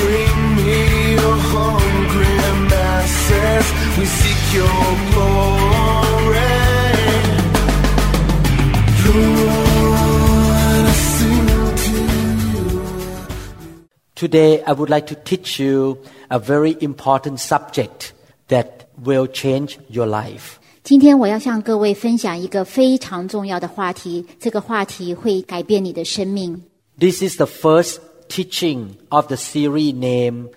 Bring me your hungry masses. We seek your glory. Lord, I sing to you. Today, I would like to teach you a very important subject that will change your life. 今天我要向各位分享一个非常重要的话题，这个话题会改变你的生命。 This is the first teaching of the series named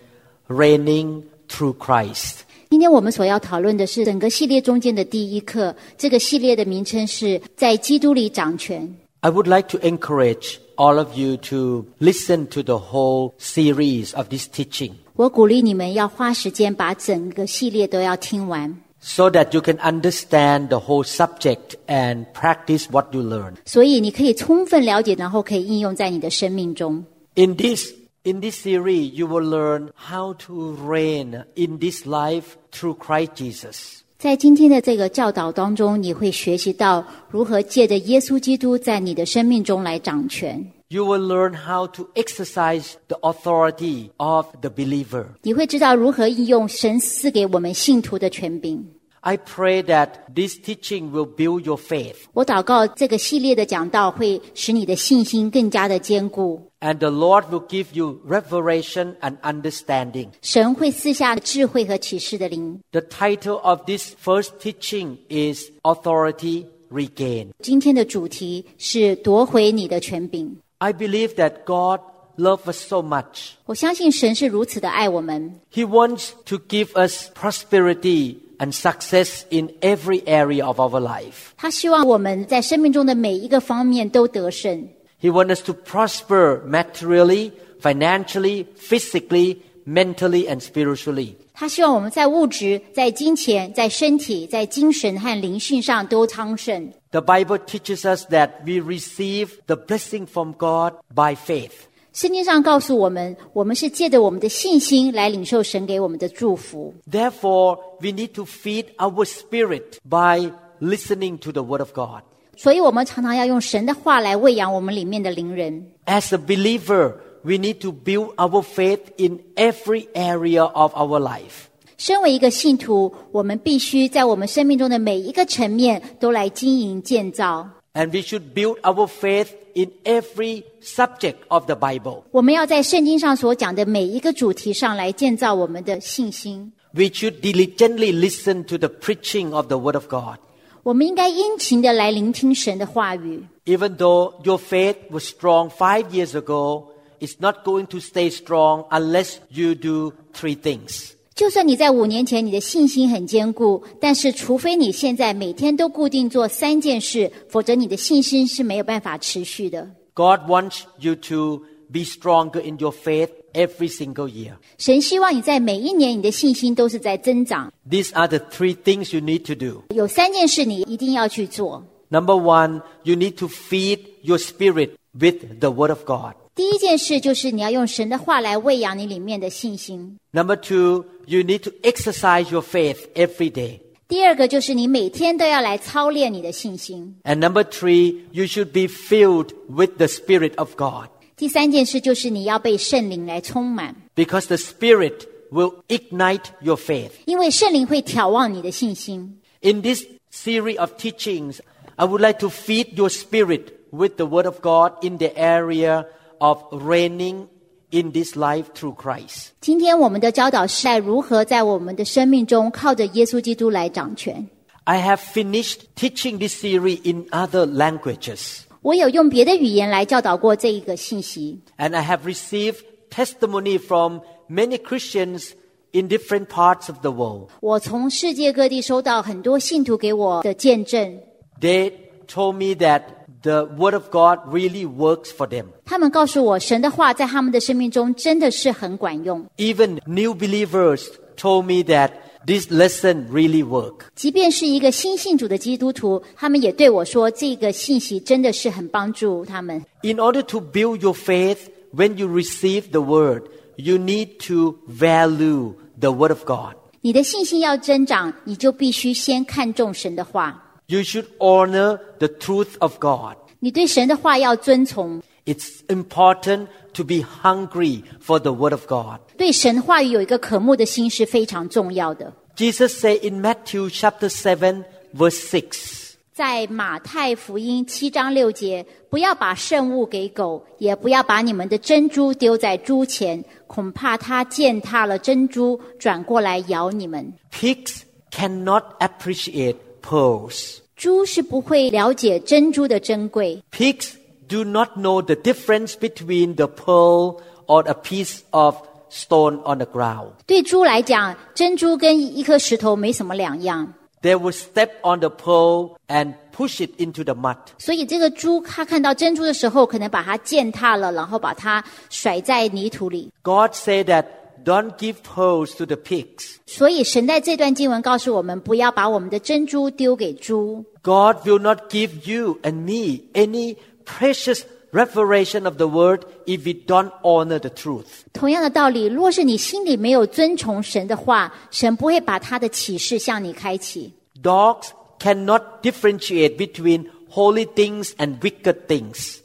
Reigning Through Christ. 今天我们所要讨论的是整个系列中间的第一课，这个系列的名称是在基督里掌权。 I would like to encourage all of you to listen to the whole series of this teaching 我鼓励你们要花时间把整个系列都要听完， so that you can understand the whole subject and practice what you learn. 所以你可以充分了解，然后可以应用在你的生命中。 In this in this series, you will learn how to reign in this life through Christ Jesus. 在今天的这个教导当中，你会学习到如何借着耶稣基督在你的生命中来掌权。 You will learn how to exercise the authority of the believer. 你会知道如何应用神赐给我们信徒的权柄。 I pray that this teaching will build your faith 我祷告这个系列的讲道会使你的信心更加的坚固， and the Lord will give you revelation and understanding. 神会赐下智慧和启示的灵。 The title of this first teaching is Authority Regained. 今天的主题是夺回你的权柄。 I believe that God loves us so much. 我相信神是如此的爱我们， He wants to give us prosperity and success in every area of our life. 他希望我们在生命中的每一个方面都得胜。 He wants us to prosper materially, financially, physically, mentally, and spiritually. 他希望我们在物质、在金钱、在身体、在精神和灵性上都昌盛。 The Bible teaches us that we receive the blessing from God by faith. 圣经上告诉我们，我们是借着我们的信心来领受神给我们的祝福。 Therefore, we need to feed our spirit by listening to the Word of God. 所以，我们常常要用神的话来喂养我们里面的灵人。 As a believer, we need to build our faith in every area of our life. 身为一个信徒，我们必须在我们生命中的每一个层面都来经营建造。 And we should build our faith in every subject of the Bible. 我们要在圣经上所讲的每一个主题上来建造我们的信心。 We should diligently listen to the preaching of the Word of God. 我们应该殷勤的来聆听神的话语。 Even though your faith was strong five years ago, it's not going to stay strong unless you do three things. 就算你在五年前你的信心很坚固，但是除非你现在每天都固定做三件事，否则你的信心是没有办法持续的。 God wants you to be stronger in your faith every single year. 神希望你在每一年你的信心都是在增长。 These are the three things you need to do. 有三件事你一定要去做。 Number one, you need to feed your spirit with the Word of God. 第一件事就是你要用神的话来喂养你里面的信心。 Number two, you need to exercise your faith every day. 第二个就是你每天都要来操练你的信心。 And number three, you should be filled with the Spirit of God 第三件事就是你要被圣灵来充满， because the Spirit will ignite your faith. 因为圣灵会眺望你的信心。 In this series of teachings, I would like to feed your spirit with the Word of God in the area of reigning in this life through Christ. 今天我们的教导是在如何在我们的生命中靠着耶稣基督来掌权。 I have finished teaching this series in other languages, 我有用别的语言来教导过这一个信息， and I have received testimony from many Christians in different parts of the world. 我从世界各地收到很多信徒给我的见证， They told me that the Word of God really works for them. 他们告诉我，神的话在他们的生命中真的是很管用。 Even new believers told me that this lesson really work. 即便是一个新信主的基督徒，他们也对我说，这个信息真的是很帮助他们。 In order to build your faith when you receive the Word, you need to value the Word of God. 你的信心要增长，你就必须先看重神的话， You should honor the truth of God. 你对神的话要遵从， It's important to be hungry for the Word of God. 对神话语有一个渴慕的心是非常重要的。 Jesus said in Matthew chapter 7, verse 6, 在马太福音七章六节，不要把圣物给狗，也不要把你们的珍珠丢在猪前，恐怕它践踏了珍珠，转过来咬你们。 Pigs cannot appreciate pearls. 猪是不会了解珍珠的珍贵， Pigs do not know the difference between the pearl or a piece of stone on the ground. 对猪来讲，珍珠跟一颗石头没什么两样。 They will step on the pearl and push it into the mud. 所以这个猪，它看到珍珠的时候，可能把它践踏了，然后把它甩在泥土里。 God said that don't give pearls to the pigs. 所以神在这段经文告诉我们，不要把我们的珍珠丢给猪。 God will not give you and me any precious revelation of the word if we don't honor the truth. 同样的道理，若是你心里没有遵从神的话，神不会把他的启示向你开启。 Dogs cannot differentiate between holy things and wicked things.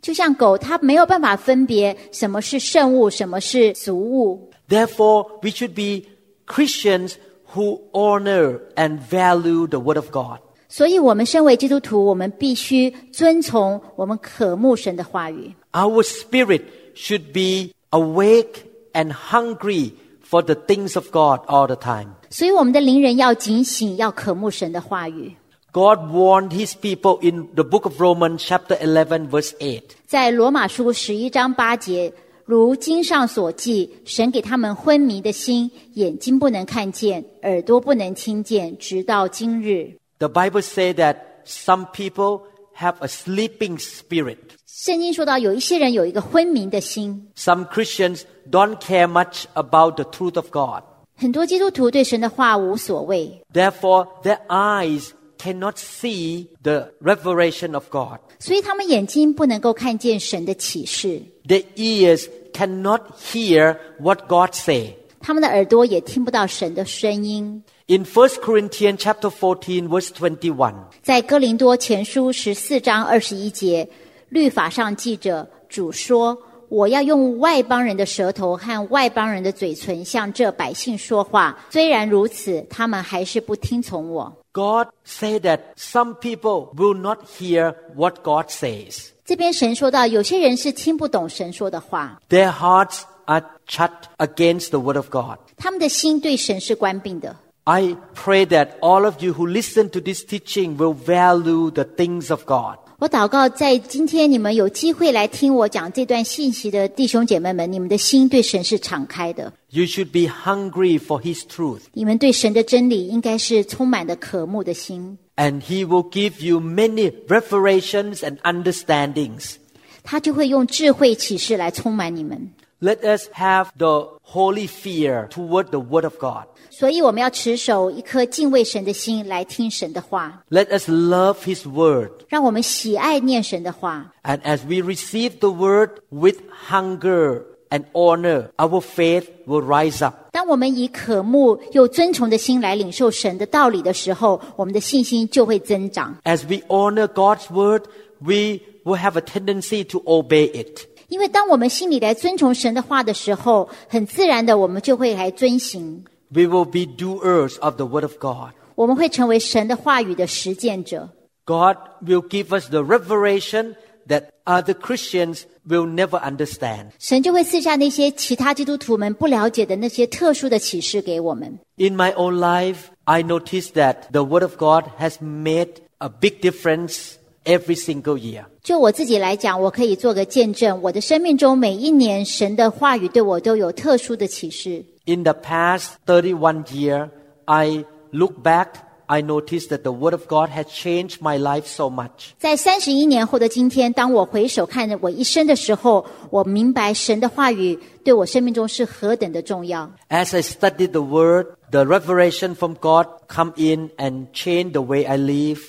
就像狗，它没有办法分别什么是圣物，什么是俗物。 Therefore, we should be Christians who honor and value the Word of God. 所以，我们身为基督徒，我们必须遵从我们渴慕神的话语。 Our spirit should be awake and hungry for the things of God all the time. 所以，我们的灵人要警醒，要渴慕神的话语。 God warned his people in the book of Romans, chapter 11, verse 8. 在罗马书十一章八节，如经上所记，神给他们昏迷的心，眼睛不能看见，耳朵不能听见，直到今日。 The Bible says that some people have a sleeping spirit. 圣经说到，有一些人有一个昏迷的心， Some Christians don't care much about the truth of God. 很多基督徒对神的话无所谓， Therefore, their eyes cannot see the revelation of God. 所以他们眼睛不能够看见神的启示， Their ears cannot hear what God say. 他们的耳朵也听不到神的声音。 In 1 Corinthians chapter 14 verse 21, 在哥林多前书十四章二十一节，律法上记着主说：“我要用外邦人的舌头和外邦人的嘴唇向这百姓说话。”虽然如此，他们还是不听从我。 God said that some people will not hear what God says. 这边神说到，有些人是听不懂神说的话， Their hearts are shut against the word of God. 他们的心对神是关闭的。 I pray that all of you who listen to this teaching will value the things of God. 我祷告，在今天你们有机会来听我讲这段信息的弟兄姐妹们，你们的心对神是敞开的， You should be hungry for his truth 你们对神的真理应该是充满了渴慕的心。 and he will give you many revelations and understandings. 他就会用智慧启示来充满你们。 Let us have the holy fear toward the Word of God. 所以我们要持守一颗敬畏神的心来听神的话， Let us love His Word. 让我们喜爱念神的话。 And as we receive the Word with hunger and honor, our faith will rise up. 当我们以渴慕又尊崇的心来领受神的道理的时候，我们的信心就会增长。 As we honor God's Word, we will have a tendency to obey it. 因为当我们心里来尊崇神的话的时候，很自然的我们就会来遵行， We will be doers of the Word of God. 我们会成为神的话语的实践者。 God will give us the revelation that other Christians will never understand. 神就会赐下那些其他基督徒们不了解的那些特殊的启示给我们。 In my own life, I noticed that the Word of God has made a big difference every single year. 就我自己来讲，我可以做个见证，我的生命中每一年，神的话语对我都有特殊的启示。 In the past 31 year, I look back I noticed that the Word of God had changed my life so much. 在三十一年后的今天，当我回首看着我一生的时候，我明白神的话语对我生命中是何等的重要。 As I studied the Word, the revelation from God come in and change the way I live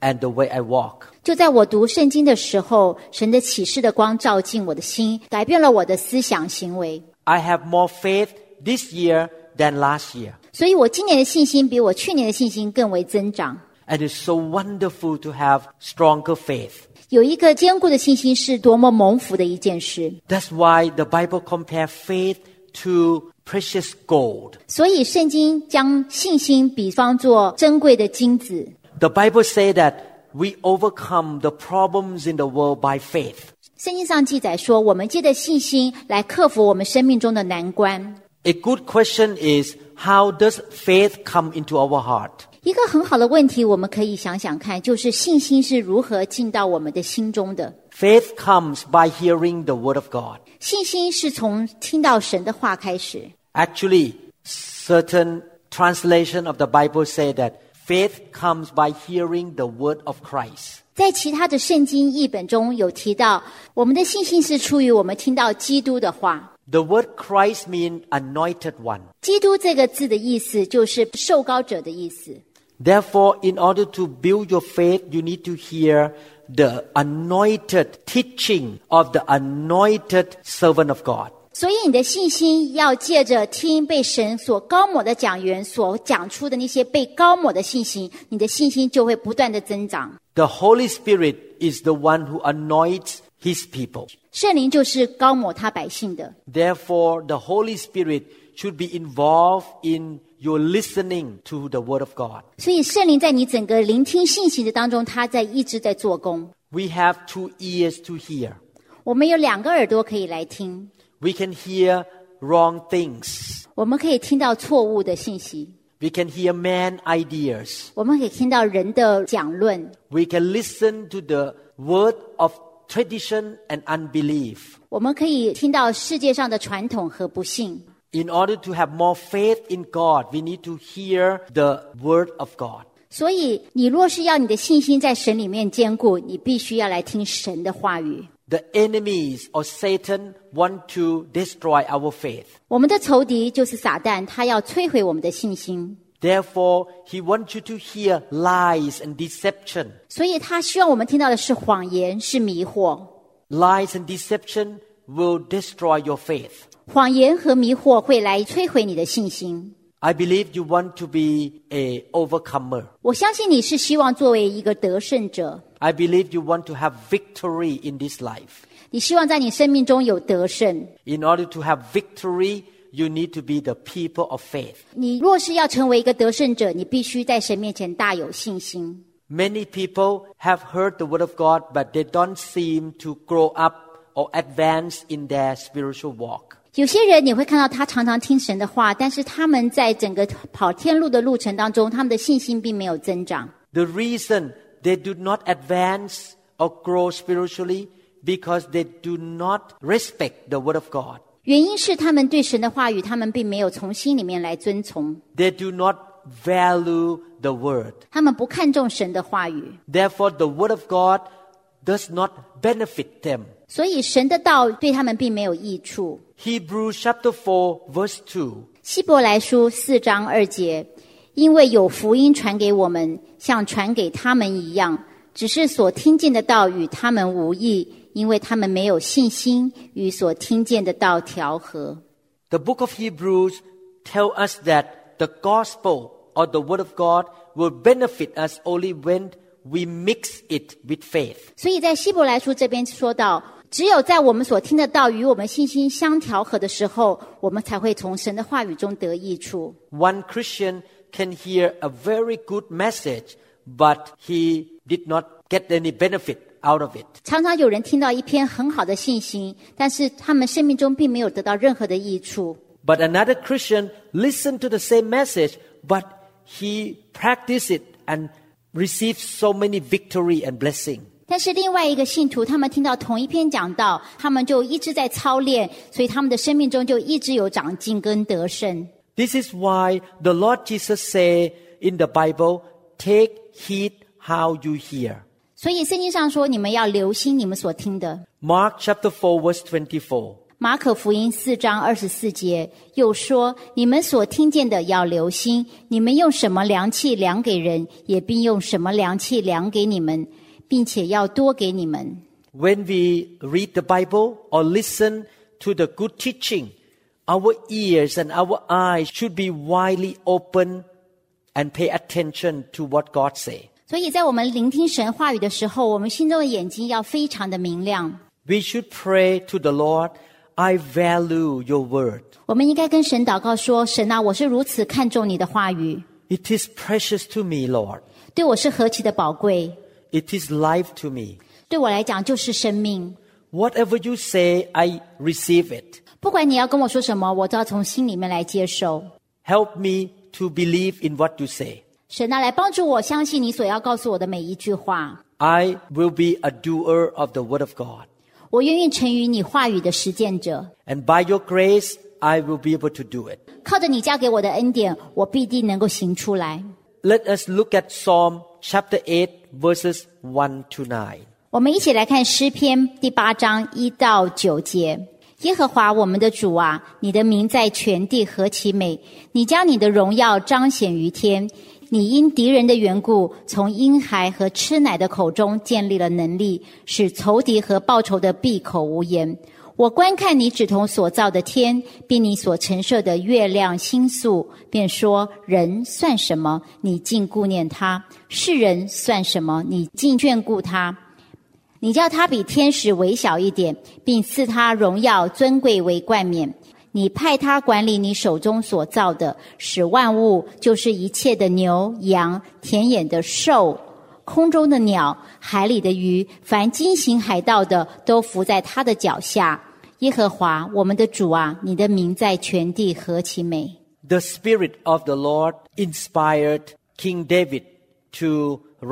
and the way I walk. 就在我读圣经的时候，神的启示的光照进我的心，改变了我的思想行为。 I have more faith this year than last year. 所以我今年的信心比我去年的信心更为增长。 And it's so wonderful to have stronger faith. 有一个坚固的信心是多么蒙福的一件事。 That's why the Bible compares faith to precious gold. 所以圣经将信心比方作珍贵的金子。 The Bible says that we overcome the problems in the world by faith. 圣经上记载说，我们借着信心来克服我们生命中的难关。 A good question is how does faith come into our heart? 一个很好的问题，我们可以想想看，就是信心是如何进到我们的心中的。 Faith comes by hearing the word of God. 信心是从听到神的话开始。 Actually, certain translation of the Bible say that faith comes by hearing the word of Christ. 在其他的圣经译本中有提到，我们的信心是出于我们听到基督的话。 The word Christ means anointed one. 基督这个字的意思就是受膏者的意思。 Therefore, in order to build your faith, you need to hear the anointed teaching of the anointed servant of God. 所以你的信心要借着听被神所高抹的讲员所讲出的那些被高抹的信心，你的信心就会不断的增长。 The Holy Spirit is the one who anoints his people. 圣灵就是高抹他百姓的， Therefore, the Holy Spirit should be involved in your listening to the Word of God. 所以圣灵在你整个聆听信息的当中，他在一直在做工。 We have two ears to hear. 我们有两个耳朵可以来听， We can hear wrong things. 我们可以听到错误的信息， We can hear man ideas. 我们可以听到人的讲论， We can listen to the word of tradition and unbelief. 我们可以听到世界上的传统和不幸。 In order to have more faith in God, we need to hear the word of God. 所以，你若是要你的信心在神里面坚固，你必须要来听神的话语。 The enemies or Satan want to destroy our faith. 我们的仇敌就是撒旦，他要摧毁我们的信心， Therefore, he wants you to hear lies and deception. 所以他希望我们听到的是谎言，是迷惑。 Lies and deception will destroy your faith. 谎言和迷惑会来摧毁你的信心。 I believe you want to be a overcomer. 我相信你是希望作为一个得胜者， I believe you want to have victory in this life. 你希望在你生命中有得胜。 In order to have victory, you need to be the people of faith. 你若是要成为一个得胜者，你必须在神面前大有信心。 Many people have heard the word of God, but they don't seem to grow up or advance in their spiritual walk. 有些人你会看到他常常听神的话，但是他们在整个跑天路的路程当中，他们的信心并没有增长。 The reason they do not advance or grow spiritually because they do not respect the word of God. 原因是他们对神的话语，他们并没有从心里面来遵从， They do not value the word. 他们不看重神的话语， Therefore, the word of God does not benefit them. 所以神的道对他们并没有益处。 Hebrews chapter 4 verse 2. 希伯来书四章二节，因为有福音传给我们，像传给他们一样，只是所听见的道与他们无异，因为他们没有信心与所听见的道调和。 The book of Hebrews tell us that the gospel or the word of God will benefit us only when we mix it with faith. 所以在希伯来书这边说到，只有在我们所听的道与我们信心相调和的时候，我们才会从神的话语中得益处。 One Christian can hear a very good message, but he did not get any benefit out of it. 常常有人听到一篇很好的信心，但是他们生命中并没有得到任何的益处。 But another Christian listened to the same message, but he practiced it and received so many victory and blessing. 但是另外一个信徒，他们听到同一篇讲道，他们就一直在操练，所以他们的生命中就一直有长进跟得胜。 This is why the Lord Jesus say in the Bible, take heed how you hear. 所以圣经上说，你们要留心你们所听的。 Mark chapter 4 verse 24. 马可福音四章二十四节又说：“你们所听见的要留心，你们用什么量器量给人，也必用什么量器量给你们，并且要多给你们。 When we read the Bible or listen to the good teaching, our ears and our eyes should be widely open and pay attention to what God say. ”所以在我们聆听神话语的时候，我们心中的眼睛要非常的明亮。 We should pray to the Lord, I value your word. 我们应该跟神祷告说：“神啊，我是如此看重你的话语， It is precious to me, Lord. 对我是何其的宝贵， It is life to me. 对我来讲就是生命。 Whatever you say, I receive it. 不管你要跟我说什么，我都要从心里面来接受。 Help me to believe in what you say. 神啊，来帮助我，相信你所要告诉我的每一句话。 I will be a doer of the word of God. 我愿意成于你话语的实践者， And by your grace, I will be able to do it. 靠着你加给我的恩典，我必定能够行出来。 Let us look at Psalm chapter 8, verses 1 to 9. 我们一起来看诗篇第八章一到九节。耶和华我们的主啊，你的名在全地何其美！你将你的荣耀彰显于天。你因敌人的缘故，从婴孩和吃奶的口中建立了能力，使仇敌和报仇的闭口无言。我观看你指头所造的天，并你所陈设的月亮星宿，便说：人算什么？你竟顾念他；世人算什么？你竟眷顾他。你叫他比天使微小一点，并赐他荣耀尊贵为冠冕。你派他管理你手中所造的，使万物，就是一切的牛、羊、田野的兽、空中的鸟、海里的鱼，凡经行海道的，都伏在他的脚下。耶和华我们的主啊，你的名在全地何其美！ The Spirit of the Lord inspired King David to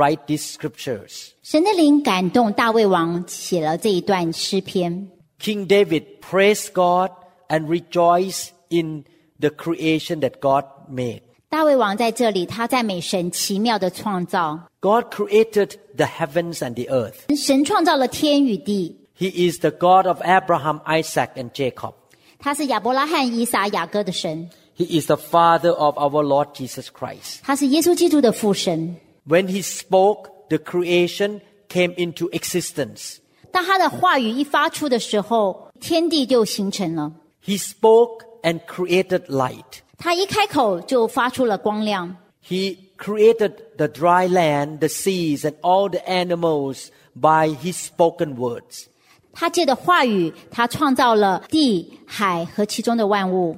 write these scriptures. 神的灵感动大卫王写了这一段诗篇。 King David praised God and rejoiced in the creation that God made. 大卫王在这里，他赞美神奇妙的创造。 God created the heavens and the earth. 神创造了天与地， He is the God of Abraham, Isaac, and Jacob. 他是亚伯拉罕、以撒、雅各的神， He is the Father of our Lord Jesus Christ. 他是耶稣基督的父神。 When He spoke, the creation came into existence. 当他的话语一发出的时候，天地就形成了。 He spoke and created light. 他一开口就发出了光亮， He created the dry land, the seas, and all the animals by His spoken words. 他借着话语，他创造了地、海和其中的万物，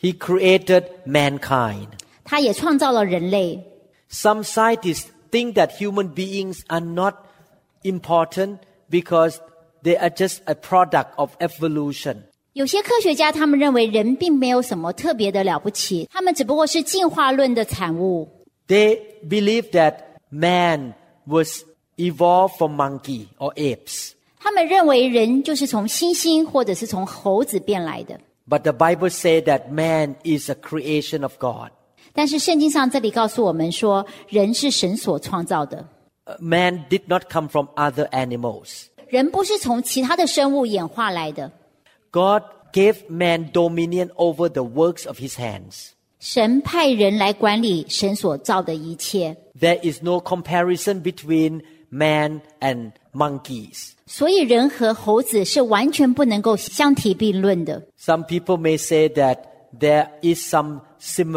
He created mankind. 他也创造了人类。 Some scientists think that human beings are not important because they are just a product of evolution. 有些科学家他们认为人并没有什么特别的了不起，他们只不过是进化论的产物。 They believe that man was evolved from monkey or apes. 他们认为人就是从猩猩或者是从猴子变来的。 But the Bible says that man is a creation of God. 但是圣经上这里告诉我们说，人是神所创造的， Uh, Man did not come from other animals. 人不是从其他的生物演化来的。 God gave man dominion over the works of his hands. 神派人来管理神所造的一切， There is no comparison between man and monkeys. 所以人和猴子是完全不能够相提并论的。 Some people may say that there is some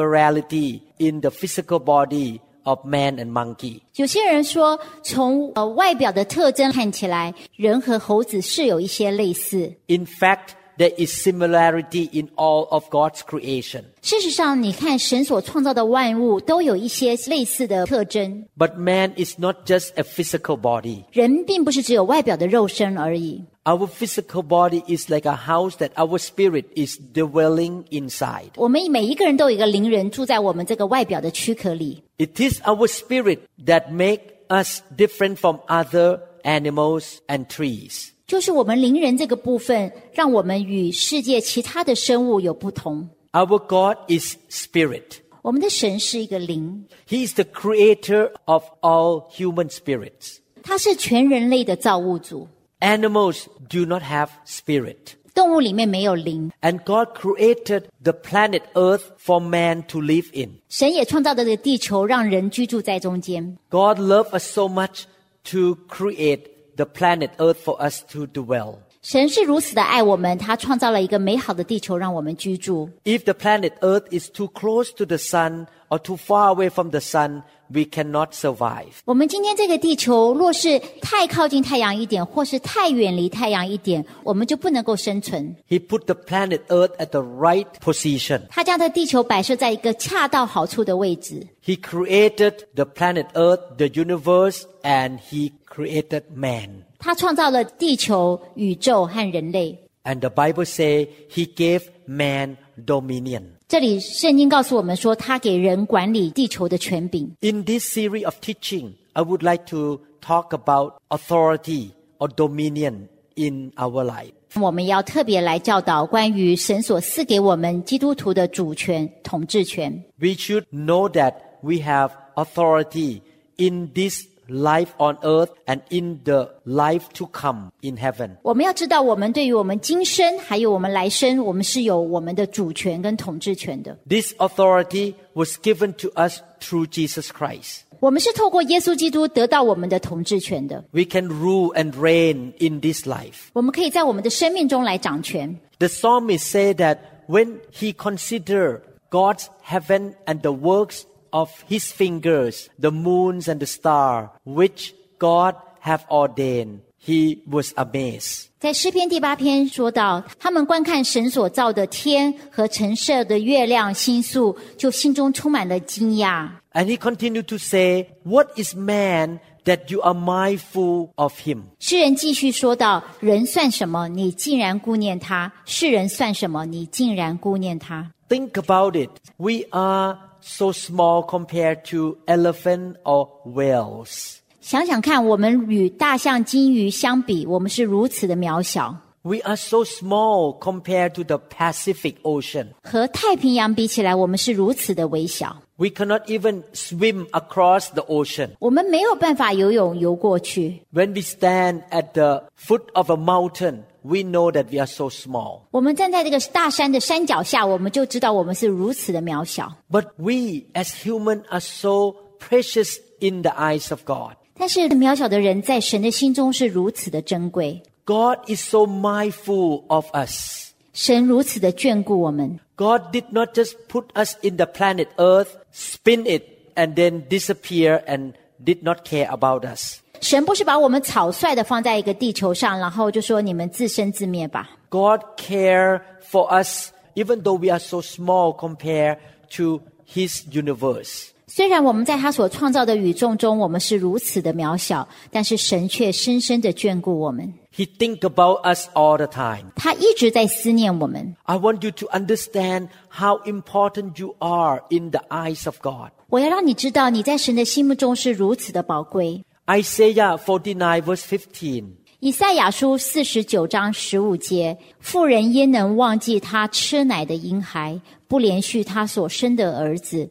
similarity in the physical body of man and monkey. 有些人说，从呃外表的特征看起来，人和猴子是有一些类似。 In fact, there is similarity in all of God's creation. 事实上，你看神所创造的万物都有一些类似的特征。 But man is not just a physical body. 人并不是只有外表的肉身而已， Our physical body is like a house that our spirit is dwelling inside. 我们每一个人都有一个灵人住在我们这个外表的躯壳里， It is our spirit that make us different from other animals and trees. 就是我们灵人这个部分，让我们与世界其他的生物有不同。 Our God is spirit. 我们的神是一个灵， He is the creator of all human spirits. 他是全人类的造物主。 Animals do not have spirit. 动物里面没有灵， And God created the planet Earth for man to live in. 神也创造了这个地球，让人居住在中间。 God loved us so much to create the planet Earth for us to dwell. 神是如此的爱我们，他创造了一个美好的地球让我们居住。 If the planet Earth is too close to the sun or too far away from the sun, we cannot survive. 我们今天这个地球，若是太靠近太阳一点，或是太远离太阳一点，我们就不能够生存。 He put the planet Earth at the right position. 他将这地球摆设在一个恰到好处的位置， He created the planet Earth, the universe, and he created man. 他创造了地球、宇宙和人类。 And the Bible say he gave man dominion. 这里圣经告诉我们说，他给人管理地球的权柄。 In this series of teaching, I would like to talk about authority or dominion in our life. 我们要特别来教导关于神所赐给我们基督徒的主权、统治权。 We should know that we have authority in this life on earth and in the life to come in heaven. 我们要知道，我们对于我们今生还有我们来生，我们是有我们的主权跟统治权的。 This authority was given to us through Jesus Christ. 我们是透过耶稣基督得到我们的统治权的。 We can rule and reign in this life. 我们可以在我们的生命中来掌权。 The psalmist said that when he considered God's heaven and the works of his fingers, the moons and the star, which God have ordained, he was amazed. 在诗篇第八篇说到，他们观看神所造的天和陈设的月亮星宿，就心中充满了惊讶。 And he continued to say, What is man that you are mindful of him? 诗人继续说道：“人算什么？你竟然顾念他；世人算什么？你竟然顾念他。 Think about it. We are so small compared to elephant or whales. 想想看，我们与大象、金鱼相比，我们是如此的渺小； We are so small compared to the Pacific Ocean. 和太平洋比起来，我们是如此的微小。 We cannot even swim across the ocean. 我们没有办法游泳游过去。 When we stand at the foot of a mountain, we know that we are so small. 我们站在这个大山的山脚下，我们就知道我们是如此的渺小。 But we as humans are so precious in the eyes of God. 但是渺小的人在神的心中是如此的珍贵， God is so mindful of us. 神如此的眷顾我们。 God did not just put us in the planet Earth, spin it, and then disappear and did not care about us. 神不是把我们草率的放在一个地球上，然后就说你们自生自灭吧。 God care for us even though we are so small compared to his universe. 虽然我们在他所创造的宇宙中，我们是如此的渺小，但是神却深深的眷顾我们。 He think about us all the time. 他一直在思念我们。 I want you to understand how important you are in the eyes of God. 我要让你知道，你在神的心目中是如此的宝贵。 Isaiah 49 verse 15. 以赛亚书四十九章十五节：妇人焉能忘记她吃奶的婴孩，不连续她所生的儿子？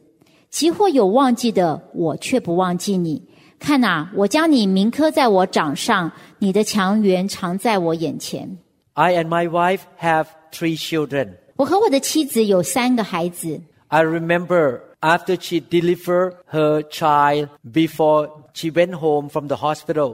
其或有忘记的，我却不忘记你。看哪、我将你铭刻在我掌上，你的强援常在我眼前。 I and my wife have three children. 我和我的妻子有三个孩子。 I remember after she delivered her child before she went home from the hospital,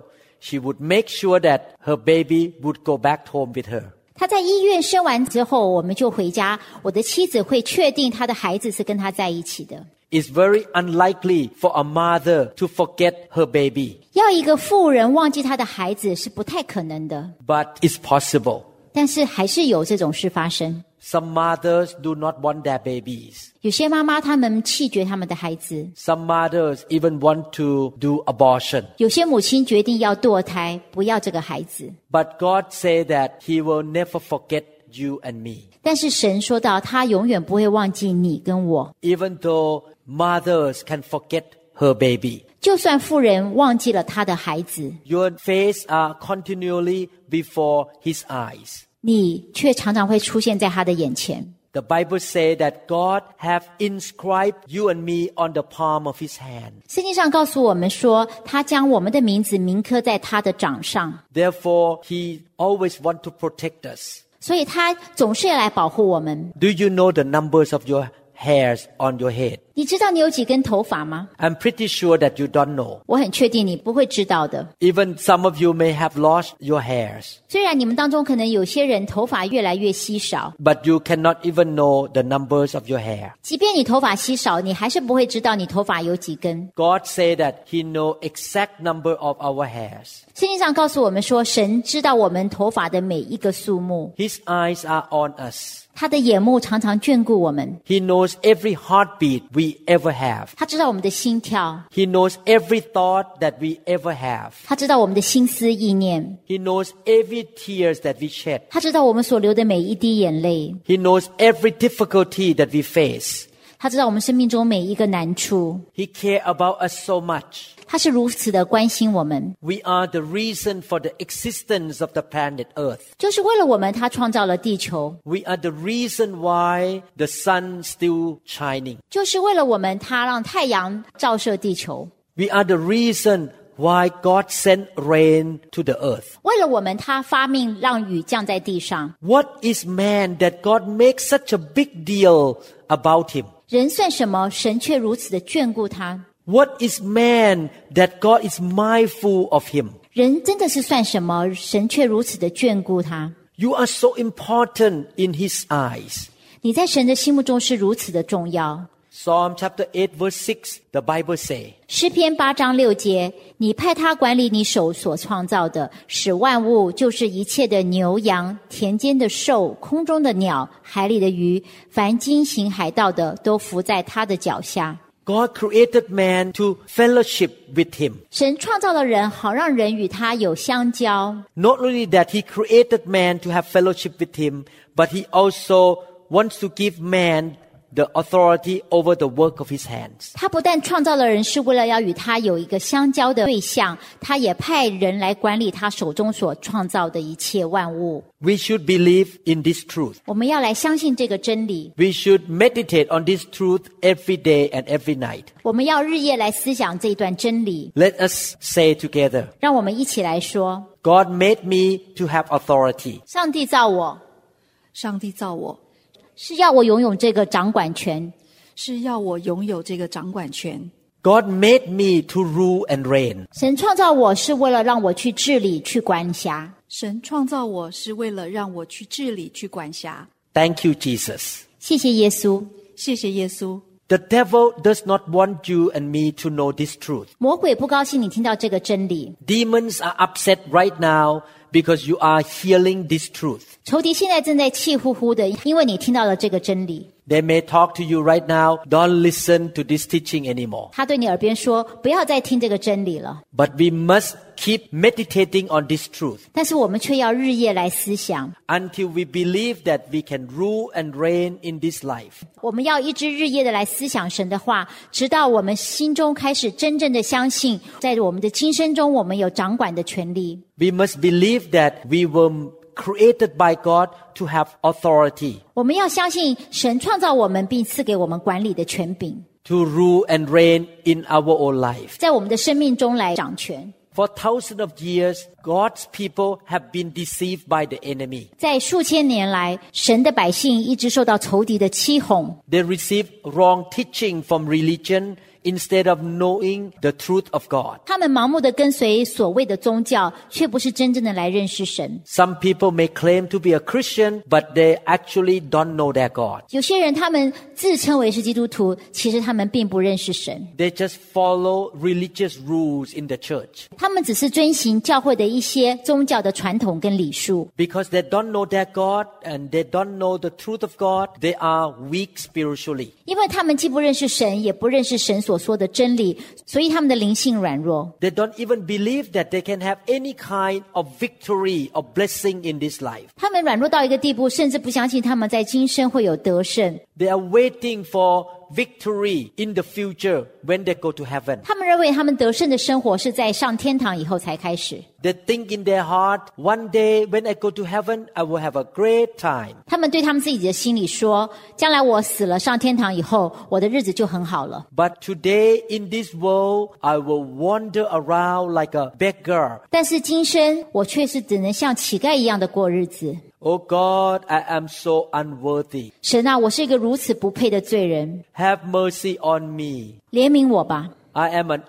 she would make sure that her baby would go back home with her. 她在医院生完之后，我们就回家。我的妻子会确定她的孩子是跟她在一起的。 It's very unlikely for a mother to forget her baby, 要一个妇人忘记她的孩子是不太可能的。 but it's possible. 但是还是有这种事发生。 Some mothers do not want their babies. 有些妈妈她们弃绝他们的孩子， Some mothers even want to do abortion. 有些母亲决定要堕胎，不要这个孩子。 But God said that He will never forget you and me. 但是神说到，他永远不会忘记你跟我。 Even though mothers can forget her baby. 就算妇人忘记了她的孩子， Your face are continually before his eyes. 你却常常会出现在他的眼前。 The Bible says that God have inscribed you and me on the palm of his hand. 圣经上告诉我们说，他将我们的名字铭刻在他的掌上， Therefore, he always want to protect us. 所以他总是要来保护我们。 Do you know the numbers of your hairs on your head? 你知道你有几根头发吗？ I'm pretty sure that you don't know. 我很确定你不会知道的。 Even some of you may have lost your hairs, 虽然你们当中可能有些人头发越来越稀少， but you cannot even know the numbers of your hair. 即便你头发稀少，你还是不会知道你头发有几根。 God said that he know exact number of our hairs. 圣经上告诉我们说，神知道我们头发的每一个数目， His eyes are on us. 他的眼目常常眷顾我们， He knows every heartbeat we ever have. 他知道我们的心跳， He knows every thought that we ever have. 他知道我们的心思意念， He knows every tears that we shed. 他知道我们所流的每一滴眼泪， He knows every difficulty that we face. 他知道我们生命中每一个难处， He care about us so much. 他是如此的关心我们， We are the reason for the existence of the planet Earth. 就是为了我们，他创造了地球， We are the reason why the sun still shining. 就是为了我们，他让太阳照射地球， We are the reason why God sent rain to the earth. 为了我们，他发命让雨降在地上。 What is man that God makes such a big deal about him? 人算什么？神却如此的眷顾他。 What is man that God is mindful of him? 人真的是算什么？神却如此的眷顾他。 You are so important in his eyes. 你在神的心目中是如此的重要。 Psalm chapter 8 verse 6, the Bible say, 诗篇八章六节，你派他管理你手所创造的，使万物，就是一切的牛羊、田间的兽、空中的鸟、海里的鱼，凡经行海道的，都伏在他的脚下。 God created man to fellowship with him. 神创造了人，好让人与他有相交。 Not only that he created man to have fellowship with him, but he also wants to give man the authority over the work of his hands. 他不但创造了人是为了要与他有一个相交的对象，他也派人来管理他手中所创造的一切万物。 We should believe in this truth. 我们要来相信这个真理， We should meditate on this truth every day and every night. 我们要日夜来思想这段真理。 Let us say together, 让我们一起来说： God made me to have authority. 上帝造我上帝造我是要我拥有这个掌管权，是要我拥有这个掌管权， God made me to rule and reign. 神创造我是为了让我去治理、去管辖。神创造我是为了让我去治理、去管辖。 Thank you, Jesus. 谢谢耶稣。谢谢耶稣。 The devil does not want you and me to know this truth. 魔鬼不高兴你听到这个真理， Demons are upset right now because you are hearing this truth. 仇敌现在正在气呼呼的，因为你听到了这个真理。 They may talk to you right now, don't listen to this teaching anymore. 他对你耳边说：“不要再听这个真理了。 But we must keep meditating on this truth ”但是我们却要日夜来思想， until we believe that we can rule and reign in this life. 我们要一直日夜的来思想神的话，直到我们心中开始真正的相信，在我们的今生中，我们有掌管的权利。 We must believe that we were created by God to have authority, 我们要相信神创造我们，并赐给我们管理的权柄， to rule and reign in our own life. 在我们的生命中来掌权。 For thousands of years, God's people have been deceived by the enemy. 在数千年来，神的百姓一直受到仇敌的欺哄， They received wrong teaching from religion instead of knowing the truth of God. 他们盲目的跟随所谓的宗教，却不是真正的来认识神。 Some people may claim to be a Christian, but they actually don't know their God. 有些人他们自称为是基督徒，其实他们并不认识神， They just follow religious rules in the church 他们只是遵循教会的一些宗教的传统跟礼数。 because they don't know their God and they don't know the truth of God. They are weak spiritually. 因为他们既不认识神，也不认识神所说的真理，所以他们的灵性软弱。 They don't even believe that they can have any kind of victory or blessing in this life. 他们软弱到一个地步，甚至不相信他们在今生会有得胜。 They are waiting for victory in the future when they go to heaven. 他们认为他们得胜的生活是在上天堂以后才开始。 They think in their heart, one day when I go to heaven, I will have a great time. 他们对他们自己的心里说：“将来我死了，上天堂以后，我的日子就很好了。 But today in this world, I will wander around like a beggar. 但是今生我却是只能像乞丐一样的过日子。 Oh God, I am so unworthy. 神啊，我是一个如此不配的罪人， Have mercy on me. 怜悯我吧！ I am an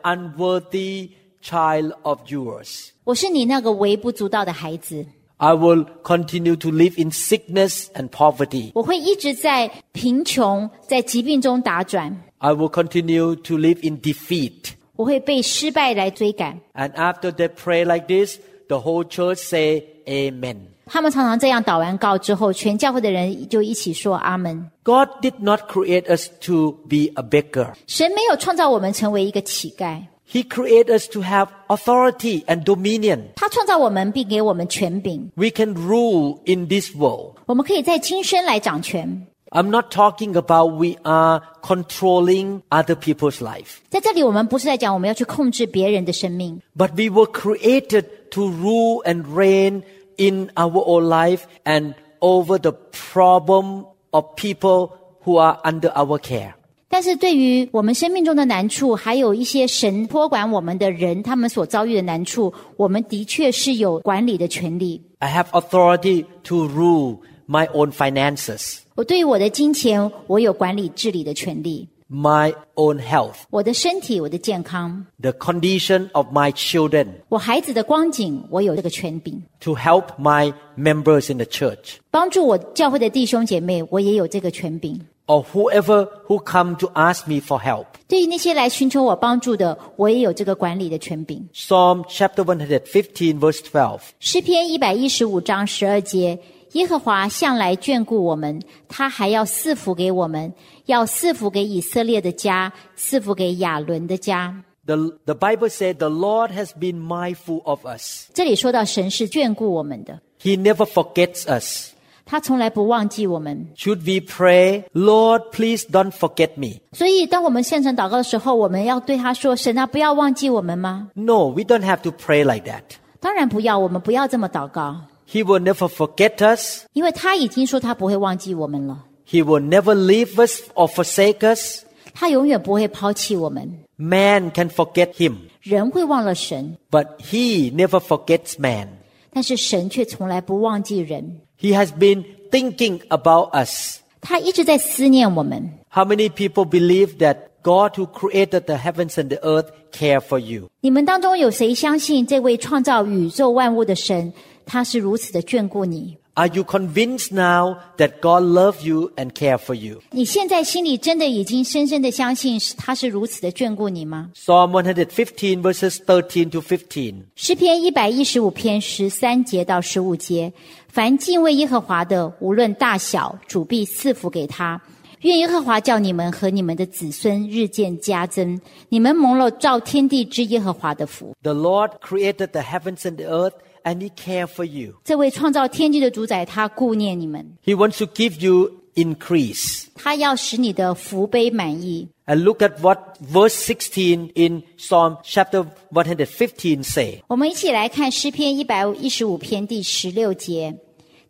unworthy child of yours. 我是你那个微不足道的孩子， I will continue to live in sickness and poverty. 我会一直在贫穷、在疾病中打转， I will continue to live in defeat. 我会被失败来追赶。 And after they pray like this, the whole church say amen. ”他们常常这样祷完告之后，全教会的人就一起说“阿门” God did not create us to be a beggar. 神没有创造我们成为一个乞丐， He created us to have authority and dominion. 他创造我们并给我们权柄， We can rule in this world. 我们可以在今生来掌权。 I'm not talking about we are controlling other people's life, 在这里，我们不是在讲我们要去控制别人的生命， but we were created to rule and reign in our own life and over the problem of people who are under our care. 但是对于我们生命中的难处，还有一些神托管我们的人他们所遭遇的难处，我们的确是有管理的权利。 I have authority to rule my own finances, 我对于我的金钱，我有管理治理的权利； my own health, 我的身体，我的健康， the condition of my children, 我孩子的光景，我有这个权柄。 to help my members in the church 帮助我教会的弟兄姐妹，我也有这个权柄。 or whoever who come to ask me for help. 对于那些来寻求我帮助的，我也有这个管理的权柄。 Psalm chapter 115 verse 12. 诗篇一百一十五章十二节：耶和华向来眷顾我们，他还要赐福给我们，要赐福给以色列的家，赐福给亚伦的家。 The, the Bible said the Lord has been mindful of us. 这里说到神是眷顾我们的， He never forgets us. 他从来不忘记我们。 Should we pray, Lord, please don't forget me? 所以，当我们现场祷告的时候，我们要对他说：“神啊，不要忘记我们吗 No, we don't have to pray like that.？” 当然不要，我们不要这么祷告， He will never forget us. 因为他已经说他不会忘记我们了， He will never leave us or forsake us. 他永远不会抛弃我们。 Man can forget him, 人会忘了神， but he never forgets man. 但是神却从来不忘记人。 He has been thinking about us. 他一直在思念我们。 How many people believe that God who created the heavens and the earth care for you? 你们当中有谁相信这位创造宇宙万物的神，他是如此的眷顾你？ Are you convinced now that God loves you and care for you? 你现在心里真的已经深深的相信他是如此的眷顾你吗？ Psalm 115 verses 13 to 15. 诗篇一百一十五篇十三节到十五节，凡敬畏耶和华的，无论大小，主必赐福给他。愿耶和华叫你们和你们的子孙日渐加增，你们蒙了照天地之耶和华的福。 The Lord created the heavens and the earth and he cared for you. 这位创造天地的主宰，他顾念你们， He wants to give you increase. 他要使你的福杯满意。 And look at what verse 16 in Psalm chapter 115 say. 我们一起来看诗篇一百一十五篇第十六节：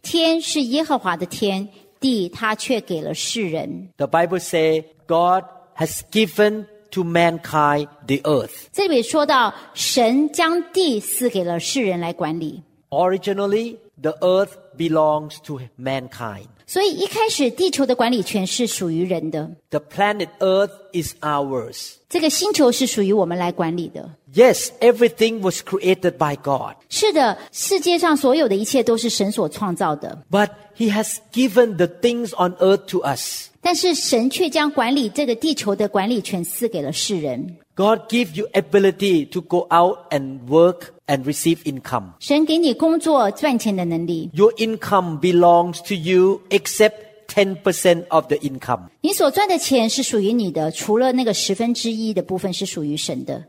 天是耶和华的天，地他却给了世人。 The Bible say God has given to mankind the earth. 这里说到，神将地赐给了世人来管理， Originally, the earth belongs to mankind. 所以一开始地球的管理权是属于人的， The planet earth is ours. 这个星球是属于我们来管理的。 Yes, everything was created by God, 是的，世界上所有的一切都是神所创造的， but he has given the things on earth to us. 但是神却将管理这个地球的管理权赐给了世人。 God give you ability to go out and work and receive income. 神给你工作赚钱的能力， Your income belongs to you except 10% of the income. 你所赚的钱是属于你的，除了那个十分之一的部分是属于神的。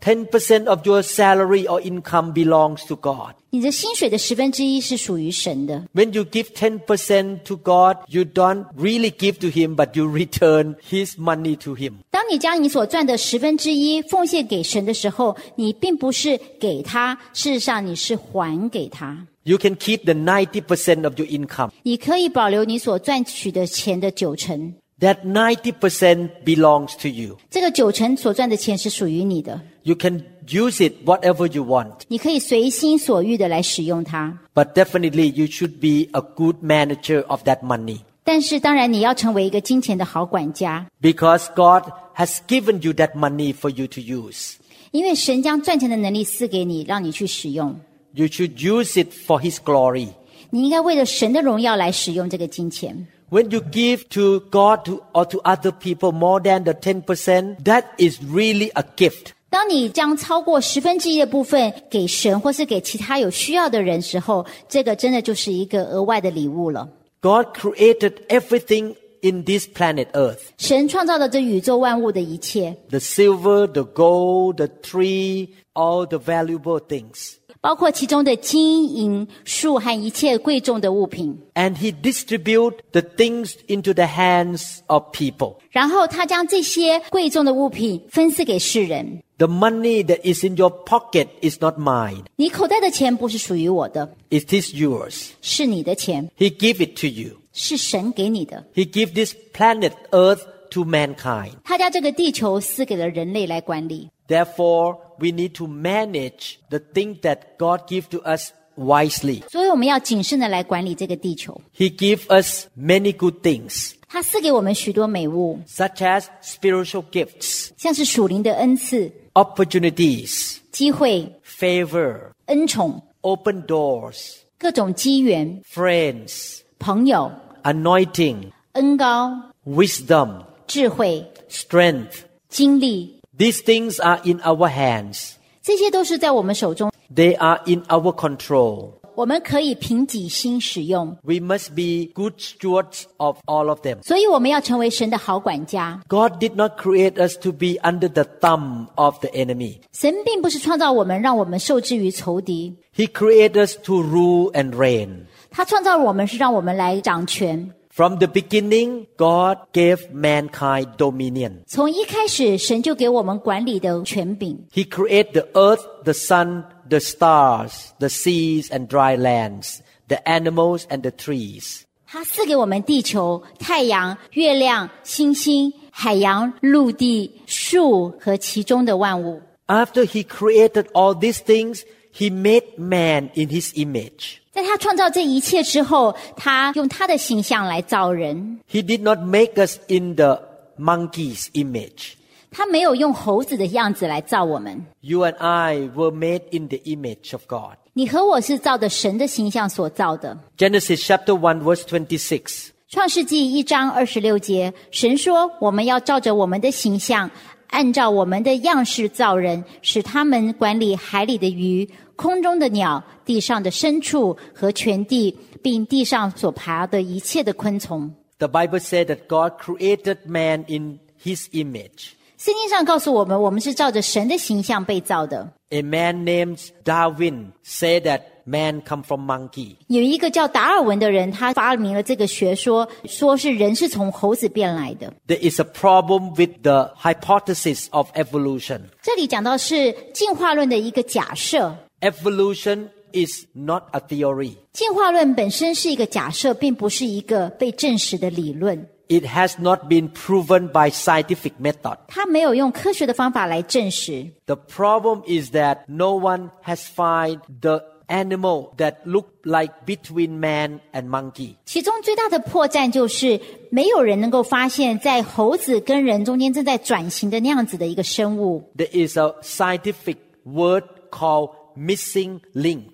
10% of your salary or income belongs to God. 你的薪水的十分之一是属于神的。 When you give 10% to God, you don't really give to Him, but you return His money to Him. 当你将你所赚的十分之一奉献给神的时候，你并不是给他，事实上你是还给他。 You can keep the 90% of your income. 你可以保留你所赚取的钱的九成， That 90% belongs to you. 这个九成所赚的钱是属于你的， You can use it whatever you want, 你可以随心所欲的来使用它。 but definitely you should be a good manager of that money 但是，当然你要成为一个金钱的好管家， because God has given you that money for you to use. 因为神将赚钱的能力赐给你，让你去使用。 You should use it for His glory. 你应该为了神的荣耀来使用这个金钱。 When you give to God to, or to other people more than the 10%, that is really a gift. 当你将超过十分之一的部分给神或是给其他有需要的人时候，这个真的就是一个额外的礼物了。 God created everything in this planet Earth 神创造了这宇宙万物的一切， the silver, the gold, the tree, all the valuable things. 包括其中的金银、树和一切贵重的物品。 And He distributed the things into the hands of people. 然后他将这些贵重的物品分赐给世人。 The money that is in your pocket is not mine, 你口袋的钱不是属于我的， it is yours. 是你的钱， He gave it to you. 是神给你的。 He gave this planet Earth to mankind. 他将这个地球赐给了人类来管理， Therefore, we need to manage the thing that God gives to us wisely. 所以我们要谨慎的来管理这个地球。 He gives us many good things, 他赐给我们许多美物， such as spiritual gifts, 像是属灵的恩赐、 opportunities, 机会、 favor, 恩宠、 open doors, 各种机缘、 friends, 朋友、 anointing, 恩高、 wisdom, 智慧、 strength. 精力， These things are in our hands. 这些都是在我们手中， They are in our control. 我们可以凭己心使用。 We must be good stewards of all of them. 所以我们要成为神的好管家。 God did not create us to be under the thumb of the enemy. 神并不是创造我们，让我们受制于仇敌。 He created us to rule and reign. 他创造我们是让我们来掌权。 From the beginning, God gave mankind dominion. 从一开始，神就给我们管理的权柄。 He created the earth, the sun, the stars, the seas and dry lands, the animals and the trees. 他赐给我们地球、太阳、月亮、星星、海洋、陆地、树和其中的万物。 After he created all these things, he made man in his image. 在他创造这一切之后，他用他的形象来造人。 He did not make us in the monkey's image. 他没有用猴子的样子来造我们。 You and I were made in the image of God. 你和我是照着神的形象所造的。 Genesis chapter 1 verse 26. 创世纪一章二十六节，神说：“我们要照着我们的形象，按照我们的样式造人，使他们管理海里的鱼、空中的鸟、地上的牲畜和全地，并地上所爬的一切的昆虫。 The Bible said that God created man in his image. ”圣经上告诉我们，我们是照着神的形象被造的。 A man named Darwin said that man come from monkey. 有一个叫达尔文的人，他发明了这个学说，说是人是从猴子变来的。 There is a problem with the hypothesis of evolution. 这里讲到是进化论的一个假设， Evolution is not a theory. 进化论本身是一个假设，并不是一个被证实的理论， It has not been proven by scientific method. 它没有用科学的方法来证实。 The problem is that no one has find the animal that look like between man and monkey. 其中最大的破绽就是，没有人能够发现，在猴子跟人中间正在转型的那样子的一个生物。 There is a scientific word called missing link.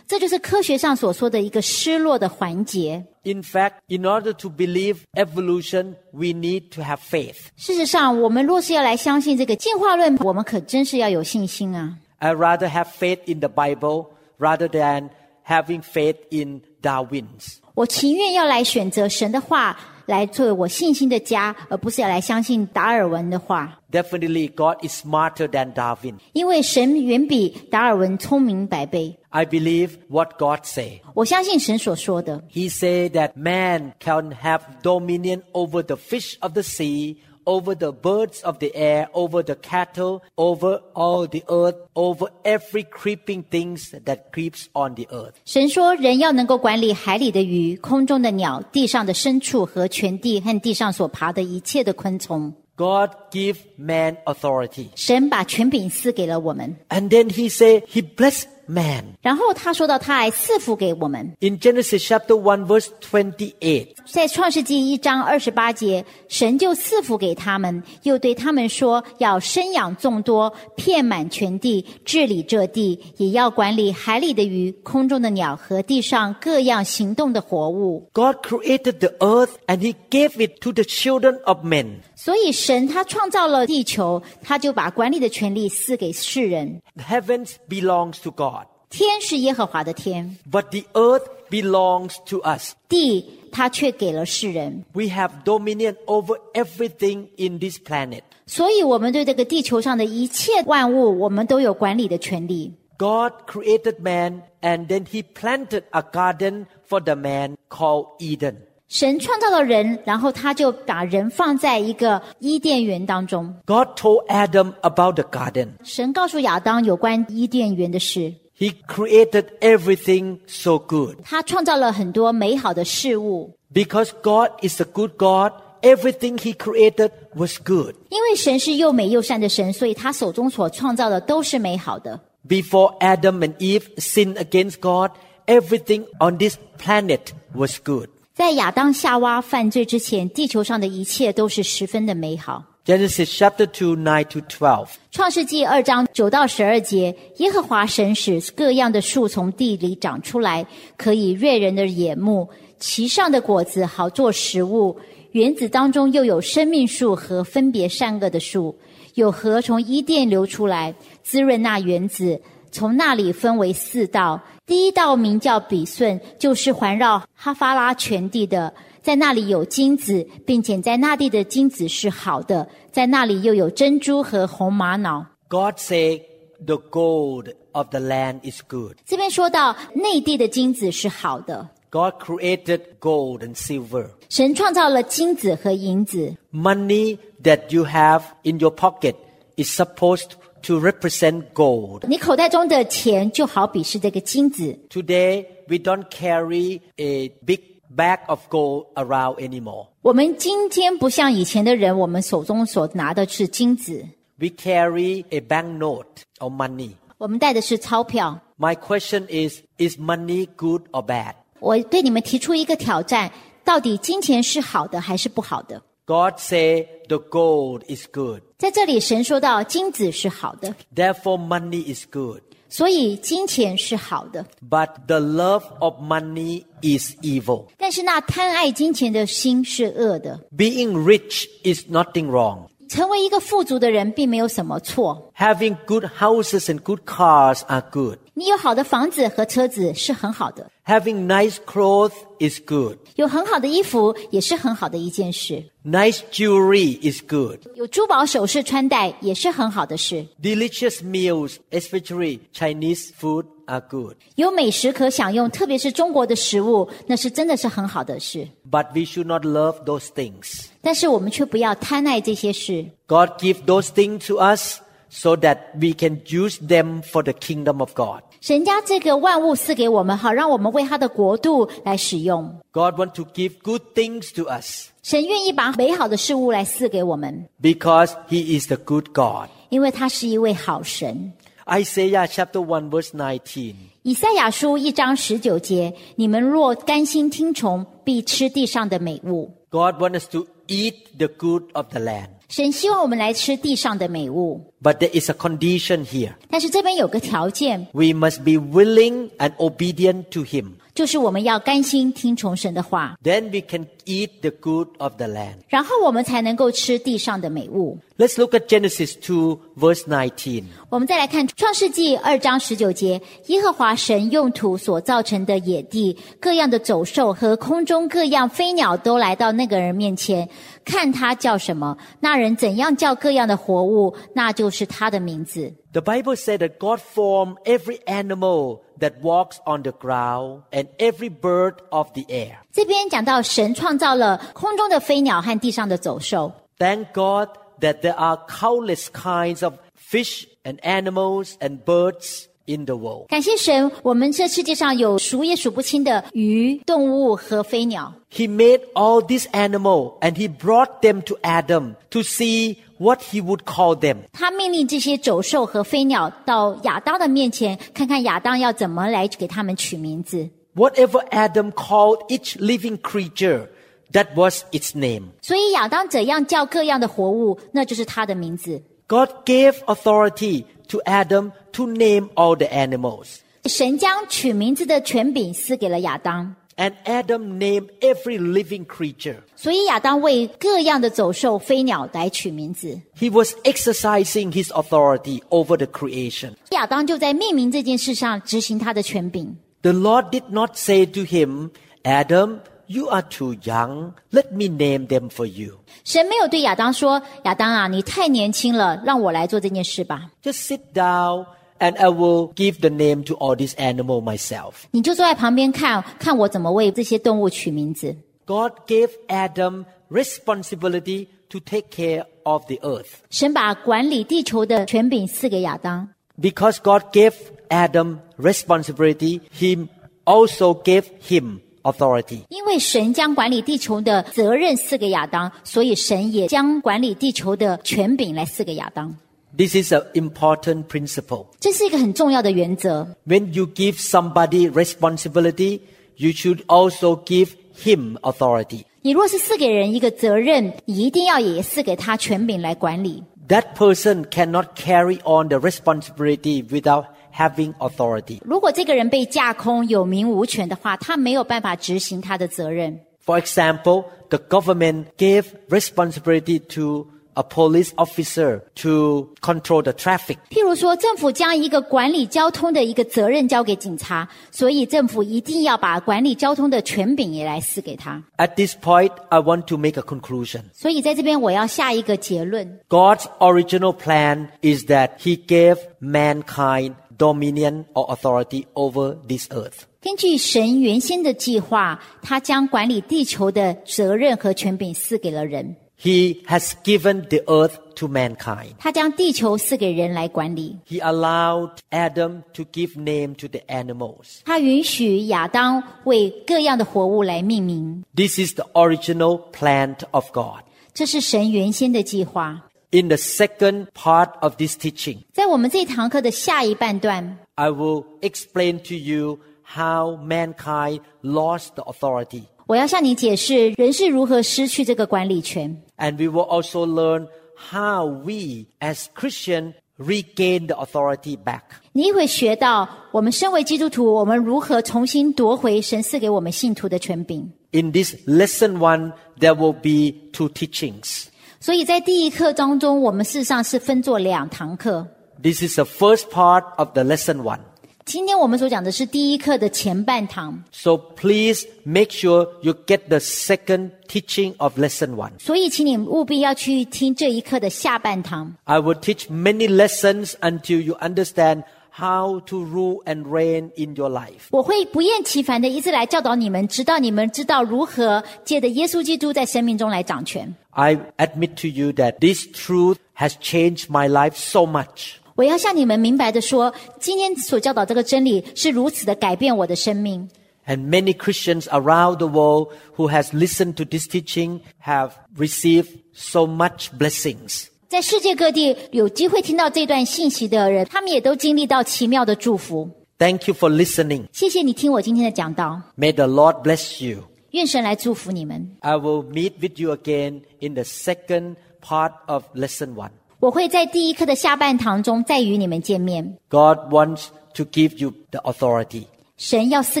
这就是科学上所说的一个失落的环节。 In fact, in order to believe evolution, we need to have faith. 事实上，我们若是要来相信这个进化论，我们可真是要有信心啊！ I rather have faith in the Bible rather than having faith in Darwin's. 我情愿要来选择神的话，来作为我信心的家，而不是要来相信达尔文的话。 Definitely, God is smarter than Darwin. 因为神远比达尔文聪明百倍。 I believe what God say. 我相信神所说的， He said that man can have dominion over the fish of the sea, over the birds of the air, over the cattle, over all the earth, over every creeping things that creeps on the earth. 神说人要能够管理海里的鱼、空中的鸟、地上的牲畜和全地和地上所爬的一切的昆虫。 God give man authority. 神把权柄赐给了我们， And then he said he blessed man. 然后他说到他还赐福给我们。 In Genesis chapter 1 verse 28, 在创世纪一章二十八节，神就赐福给他们，又对他们说要生养众多，遍满全地，治理这地，也要管理海里的鱼、空中的鸟和地上各样行动的活物。 God created the earth and he gave it to the children of men. 所以，神他创造了地球，他就把管理的权利赐给世人。 The heavens belongs to God, 天是耶和华的天， but the earth belongs to us. 地他却给了世人。 We have dominion over everything in this planet. 所以，我们对这个地球上的一切万物，我们都有管理的权利。 God created man and then he planted a garden for the man called Eden. 神创造了人，然后他就把人放在一个伊甸园当中。 God told Adam about the garden. 神告诉亚当有关伊甸园的事， He created everything so good. 他创造了很多美好的事物。 Because God is a good God, everything he created was good. 因为神是又美又善的神，所以他手中所创造的都是美好的。 Before Adam and Eve sinned against God, everything on this planet was good. 在亚当夏娃犯罪之前，地球上的一切都是十分的美好。 Genesis chapter 2, 9 to 12. 创世纪二章九到十二节，耶和华神使各样的树从地里长出来，可以悦人的眼目，其上的果子好做食物。园子当中又有生命树和分别善恶的树，有河从伊甸流出来，滋润那园子。从那里分为四道，第一道名叫比顺，就是环绕哈法拉全地的，在那里有金子，并且在那地的金子是好的，在那里又有珍珠和红玛瑙。 God said, the gold of the land is good. 这边说到内地的金子是好的， God created gold and silver. 神创造了金子和银子， Money that you have in your pocket is supposed to represent gold. 你口袋中的钱就好比是这个金子。 Today, we don't carry a big bag of gold around anymore. 我们今天不像以前的人，我们手中所拿的是金子， We carry a banknote or money. 我们带的是钞票。 My question is, is money good or bad? 我对你们提出一个挑战：到底金钱是好的还是不好的？ God say the gold is good. 在这里，神说到金子是好的， Therefore, money is good. 所以金钱是好的。 But the love of money is evil. 但是那贪爱金钱的心是恶的。 Being rich is nothing wrong. 成为一个富足的人，并没有什么错。 Having good houses and good cars are good. 你有好的房子和车子是很好的， Having nice clothes is good. 有很好的衣服也是很好的一件事， Nice jewelry is good. 有珠宝首饰穿戴也是很好的事， Delicious meals, especially Chinese food, are good. 有美食可享用，特别是中国的食物，那是真的是很好的事。 But we should not love those things. 但是我们却不要贪爱这些事， God give those things to us so that we can use them for the kingdom of God. 神家这个万物赐给我们，好让我们为他的国度来使用。 God want to give good things to us 神愿意把美好的事物来赐给我们， because he is the good God. 因为他是一位好神。 Isaiah chapter 1 verse 19. 以赛亚书一章十九节：你们若甘心听从，必吃地上的美物。 God want us to eat the good of the land. 神希望我们来吃地上的美物。 But there is a condition here. 但是这边有个条件， We must be willing and obedient to Him. 就是我们要甘心听从神的话， Then we can eat the good of the land. 然后我们才能够吃地上的美物。 Let's look at Genesis 2, verse 19. 我们再来看《创世纪》二章十九节：耶和华神用土所造成的野地，各样的走兽和空中各样飞鸟都来到那个人面前，看他叫什么，那人怎样叫各样的活物，那就是他的名字。 The Bible said that God formed every animal that walks on the ground and every bird of the air. 这边讲到神创造了空中的飞鸟和地上的走兽， Thank God that there are countless kinds of fish and animals and birds in the world. 感谢神，我们这世界上有数也数不清的鱼、动物和飞鸟。 He made all these animals and he brought them to Adam to see what he would call them. 他命令这些走兽和飞鸟到亚当的面前，看看亚当要怎么来给他们取名字。 Whatever Adam called each living creature, that was its name. 所以亚当怎样叫各样的活物，那就是他的名字。 God gave authority to Adam to name all the animals. 神将取名字的权柄赐给了亚当， And Adam named every living creature. 所以亚当为各样的走兽、飞鸟来取名字。 He was exercising his authority over the creation. 亚当就在命名这件事上执行他的权柄。 The Lord did not say to him, Adam, you are too young. Let me name them for you. 神没有对亚当说：“亚当啊，你太年轻了，让我来做这件事吧。 Just sit down and I will give the name to all these animals myself. ”你就坐在旁边看看我怎么为这些动物取名字。 God gave Adam responsibility to take care of the earth. 神把管理地球的权柄赐给亚当， Because God gave Adam responsibility, he also gave him authority. 因为神将管理地球的责任赐给亚当，所以神也将管理地球的权柄来赐给亚当。 This is an important principle. 这是一个很重要的原则。 When you give somebody responsibility, you should also give him authority. 你若是赐给人一个责任，你一定要也赐给他权柄来管理。 That person cannot carry on the responsibility without having authority. 如果这个人被架空、有名无权的话，他没有办法执行他的责任。 For example, the government gave responsibility to a police officer to control the traffic. 譬如说，政府将一个管理交通的一个责任交给警察，所以政府一定要把管理交通的权柄也来赐给他。 At this point, I want to make a conclusion. 所以在这边我要下一个结论： God's original plan is that he gave mankind dominion or authority over this earth. 根据神原先的计划，他将管理地球的责任和权柄赐给了人， He has given the earth to mankind. 他将地球赐给人来管理。 He allowed Adam to give name to the animals. 他允许亚当为各样的活物来命名， This is the original plan of God. 这是神原先的计划。 In the second part of this teaching, 在我们这堂课的下一半段， I will explain to you how mankind lost the authority. 我要向你解释人是如何失去这个管理权， And we will also learn how we as Christian regain the authority back. 你会学到我们身为基督徒，我们如何重新夺回神赐给我们信徒的权柄。 In this lesson one, there will be two teachings. 所以在第一课当中，我们事实上是分作两堂课。 This is the first part of the lesson one. 今天我们所讲的是第一课的前半堂， So please make sure you get the second teaching of lesson one. 所以请你务必要去听这一课的下半堂。 I will teach many lessons until you understand how to rule and reign in your life. 我会不厌其烦的一直来教导你们，直到你们知道如何借着耶稣基督在生命中来掌权。 I admit to you that this truth has changed my life so much. 我要向你们明白的说，今天所教导这个真理是如此的改变我的生命。 And many Christians around the world who has listened to this teaching have received so much blessings. 在世界各地有机会听到这段信息的人，他们也都经历到奇妙的祝福。 Thank you for listening. 谢谢你听我今天的讲道， May the Lord bless you. 愿神来祝福你们。 I will meet with you again in the second part of lesson one. 我会在第一课的下半堂中再与你们见面。 God wants to give you the authority 神要赐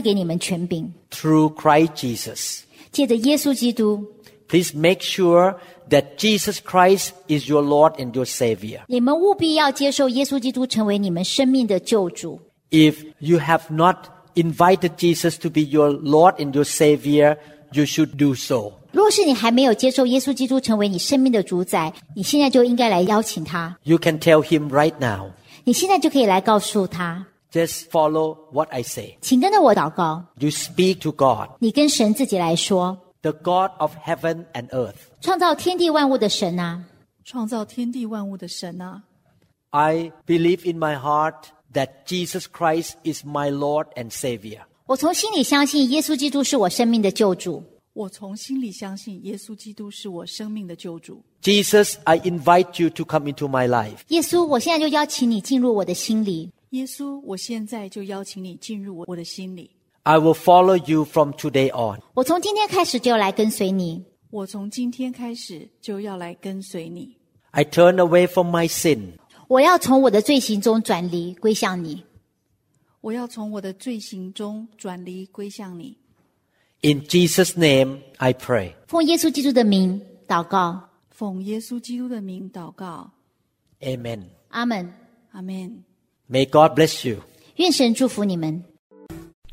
给你们权柄， through Christ Jesus. 借着耶稣基督， Please make sure that Jesus Christ is your Lord and your Savior. 你们务必要接受耶稣基督成为你们生命的救主。 If you have not invited Jesus to be your Lord and your Savior, you should do so. 若是你还没有接受耶稣基督成为你生命的主宰，你现在就应该来邀请他， You can tell him right now. 你现在就可以来告诉他， Just follow what I say. 请跟着我祷告， You speak to God, 你跟神自己来说， the God of heaven and earth. 创造天地万物的神啊，创造天地万物的神啊， I believe in my heart that Jesus Christ is my Lord and Savior. 我从心里相信耶稣基督是我生命的救主。我从心里相信耶稣基督是我生命的救主。 Jesus, I invite you to come into my life. 耶稣，我现在就邀请你进入我的心里，耶稣，我现在就邀请你进入我我的心里， I will follow you from today on. 我从今天开始就要来跟随你。我从今天开始就要来跟随你。 I turn away from my sin. 我要从我的罪行中转离，归向你。我要从我的罪行中转离，归向你。 In Jesus' name, I pray. 奉耶稣基督的名祷告，奉耶稣基督的名祷告， Amen. 阿门。阿门。 May God bless you. 愿神祝福你们。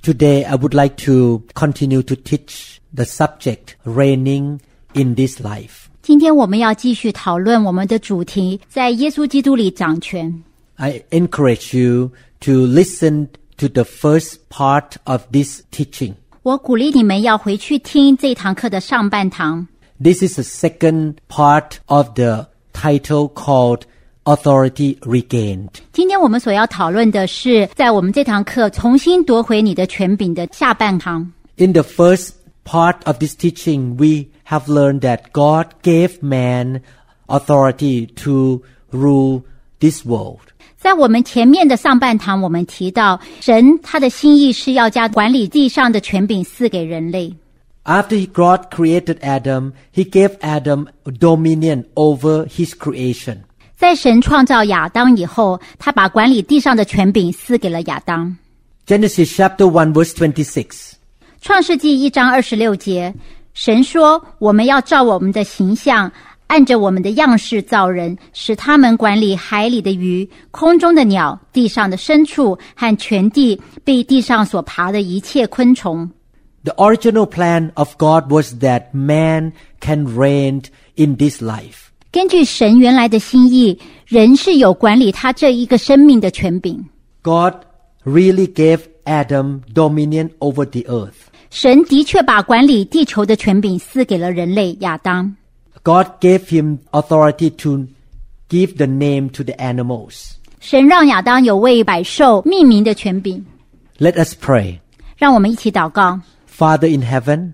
Today, I would like to continue to teach the subject reigning in this life. 今天我们要继续讨论我们的主题，在耶稣基督里掌权。 I encourage you to listen to the first part of this teaching. 我鼓励你们要回去听这堂课的上半堂， This is the second part of the title called Authority Regained. 今天我们所要讨论的是，在我们这堂课重新夺回你的权柄的下半行。 In the first part of this teaching, we have learned that God gave man authority to rule this world. 在我们前面的上半堂，我们提到神他的心意是要将管理地上的权柄赐给人类。 After he- God created Adam, he gave Adam dominion over his creation. 在神创造亚当以后，他把管理地上的权柄赐给了亚当。 Genesis chapter 1 verse 26. 创世纪一章二十六节，神说：“我们要照我们的形象，按着我们的样式造人，使他们管理海里的鱼、空中的鸟、地上的牲畜和全地被地上所爬的一切昆虫。” The original plan of God was that man can reign in this life. 根据神原来的心意，人是有管理他这一个生命的权柄。 God really gave Adam dominion over the earth. 神的确把管理地球的权柄赐给了人类亚当。 God gave him authority to give the name to the animals. 神让亚当有为百兽命名的权柄。 Let us pray. 让我们一起祷告。 Father in heaven,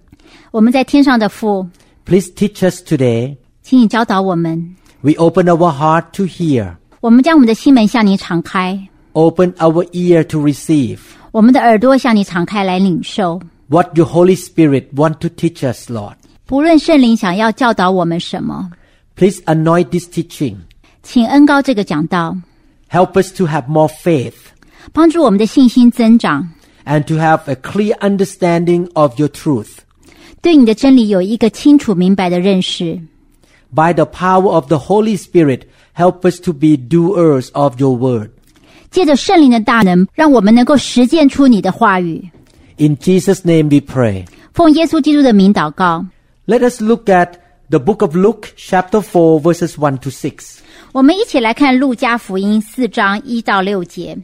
我们在天上的父， please teach us today. 请你教导我们。 We open our heart to hear, 我们将我们的心门向你敞开， open our ear to receive 我们的耳朵向你敞开来领受。 what your Holy Spirit want to teach us, Lord. 不论圣灵想要教导我们什么， Please anoint this teaching. 请恩高这个讲道， Help us to have more faith 帮助我们的信心增长， and to have a clear understanding of your truth. 对你的真理有一个清楚明白的认识。 By the power of the Holy Spirit, help us to be doers of your word. 借着圣灵的大能，让我们能够实践出你的话语。 In Jesus' name we pray. 奉耶稣基督的名祷告， Let us look at the book of Luke, chapter 4, verses 1 to 6. 我们一起来看路加福音四章一到六节。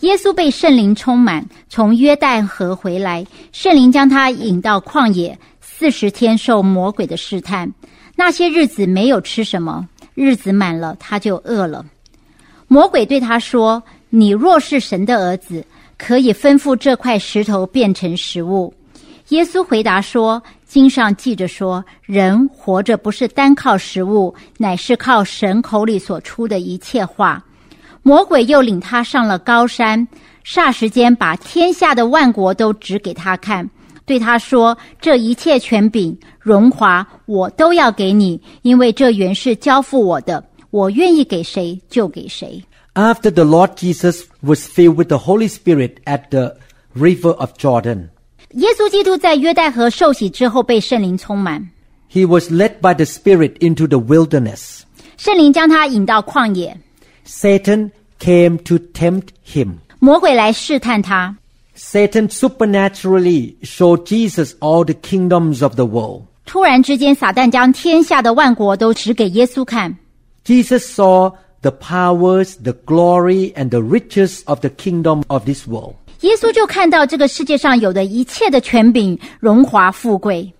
耶稣被圣灵充满，从约旦河回来，圣灵将他引到旷野，四十天受魔鬼的试探。那些日子没有吃什么，日子满了，他就饿了。魔鬼对他说：“你若是神的儿子，可以吩咐这块石头变成食物。”耶稣回答说：“经上记着说，人活着不是单靠食物，乃是靠神口里所出的一切话。”魔鬼又领他上了高山，霎时间把天下的万国都指给他看，对他说：“这一切权柄、荣华，我都要给你，因为这原是交付我的，我愿意给谁就给谁。 After the Lord Jesus was filled with the Holy Spirit at the river of Jordan, 耶稣基督在约旦河受洗之后被圣灵充满， he was led by the Spirit into the wilderness. 圣灵将他引到旷野， Satan came to tempt him. 魔鬼来试探他。 Satan supernaturally showed Jesus all the kingdoms of the world. 突然之间，撒旦将天下的万国都指给耶稣看。 Jesus saw the powers, the glory, and the riches of the kingdom of this world. 耶稣就看到这个世界上有的一切的权柄、荣华富贵。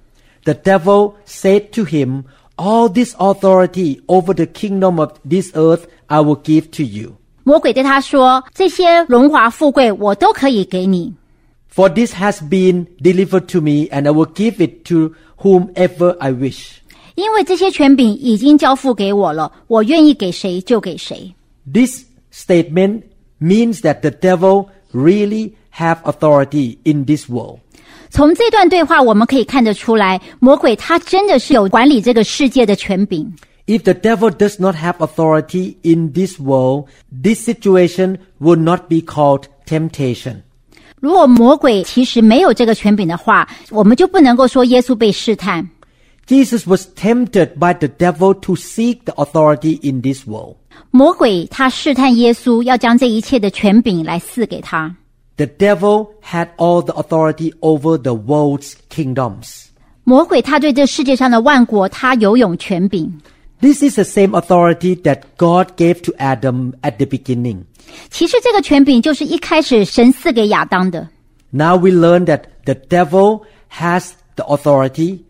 The devil said to him, All this authority over the kingdom of this earth I will give to you. 魔鬼对他说：“这些荣华富贵我都可以给你， For this has been delivered to me, and I will give it to whomever I wish. 因为这些权柄已经交付给我了，我愿意给谁就给谁。 This statement means that the devil really have authority in this world. ”从这段对话我们可以看得出来，魔鬼他真的是有管理这个世界的权柄。 If the devil does not have authority in this world, this situation will not be called temptation. 如果魔鬼其实没有这个权柄的话，我们就不能够说耶稣被试探。 Jesus was tempted by the devil to seek the authority in this world. 魔鬼他试探耶稣，要将这一切的权柄来赐给他。 The devil had all the authority over the world's kingdoms. 魔鬼他对这世界上的万国，他有有权柄。 This is the same authority that God gave to Adam at the beginning. 其实这个权柄就是一开始神赐给亚当的。 Now we learn that the devil has the authority,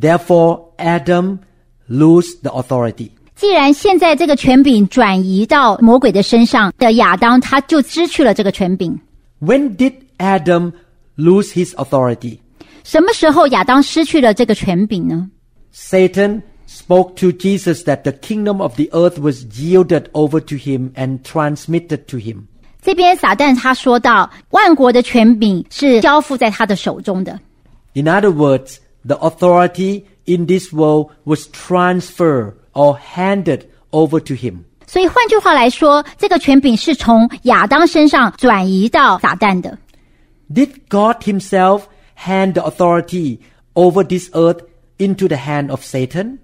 therefore Adam lose the authority. 既然现在这个权柄转移到魔鬼的身上的亚当，他就失去了这个权柄。 When did Adam lose his authority? 什么时候亚当失去了这个权柄呢？ Satan spoke to Jesus that the kingdom of the earth was yielded over to him and transmitted to him. 这边撒旦他说到，万国的权柄是交付在他的手中的。 In other words, the authority in this world was transferred or handed over to him. 所以换句话来说，这个权柄是从亚当身上转移到撒旦的。 Did God himself hand the authority over this earth into the hand of Satan?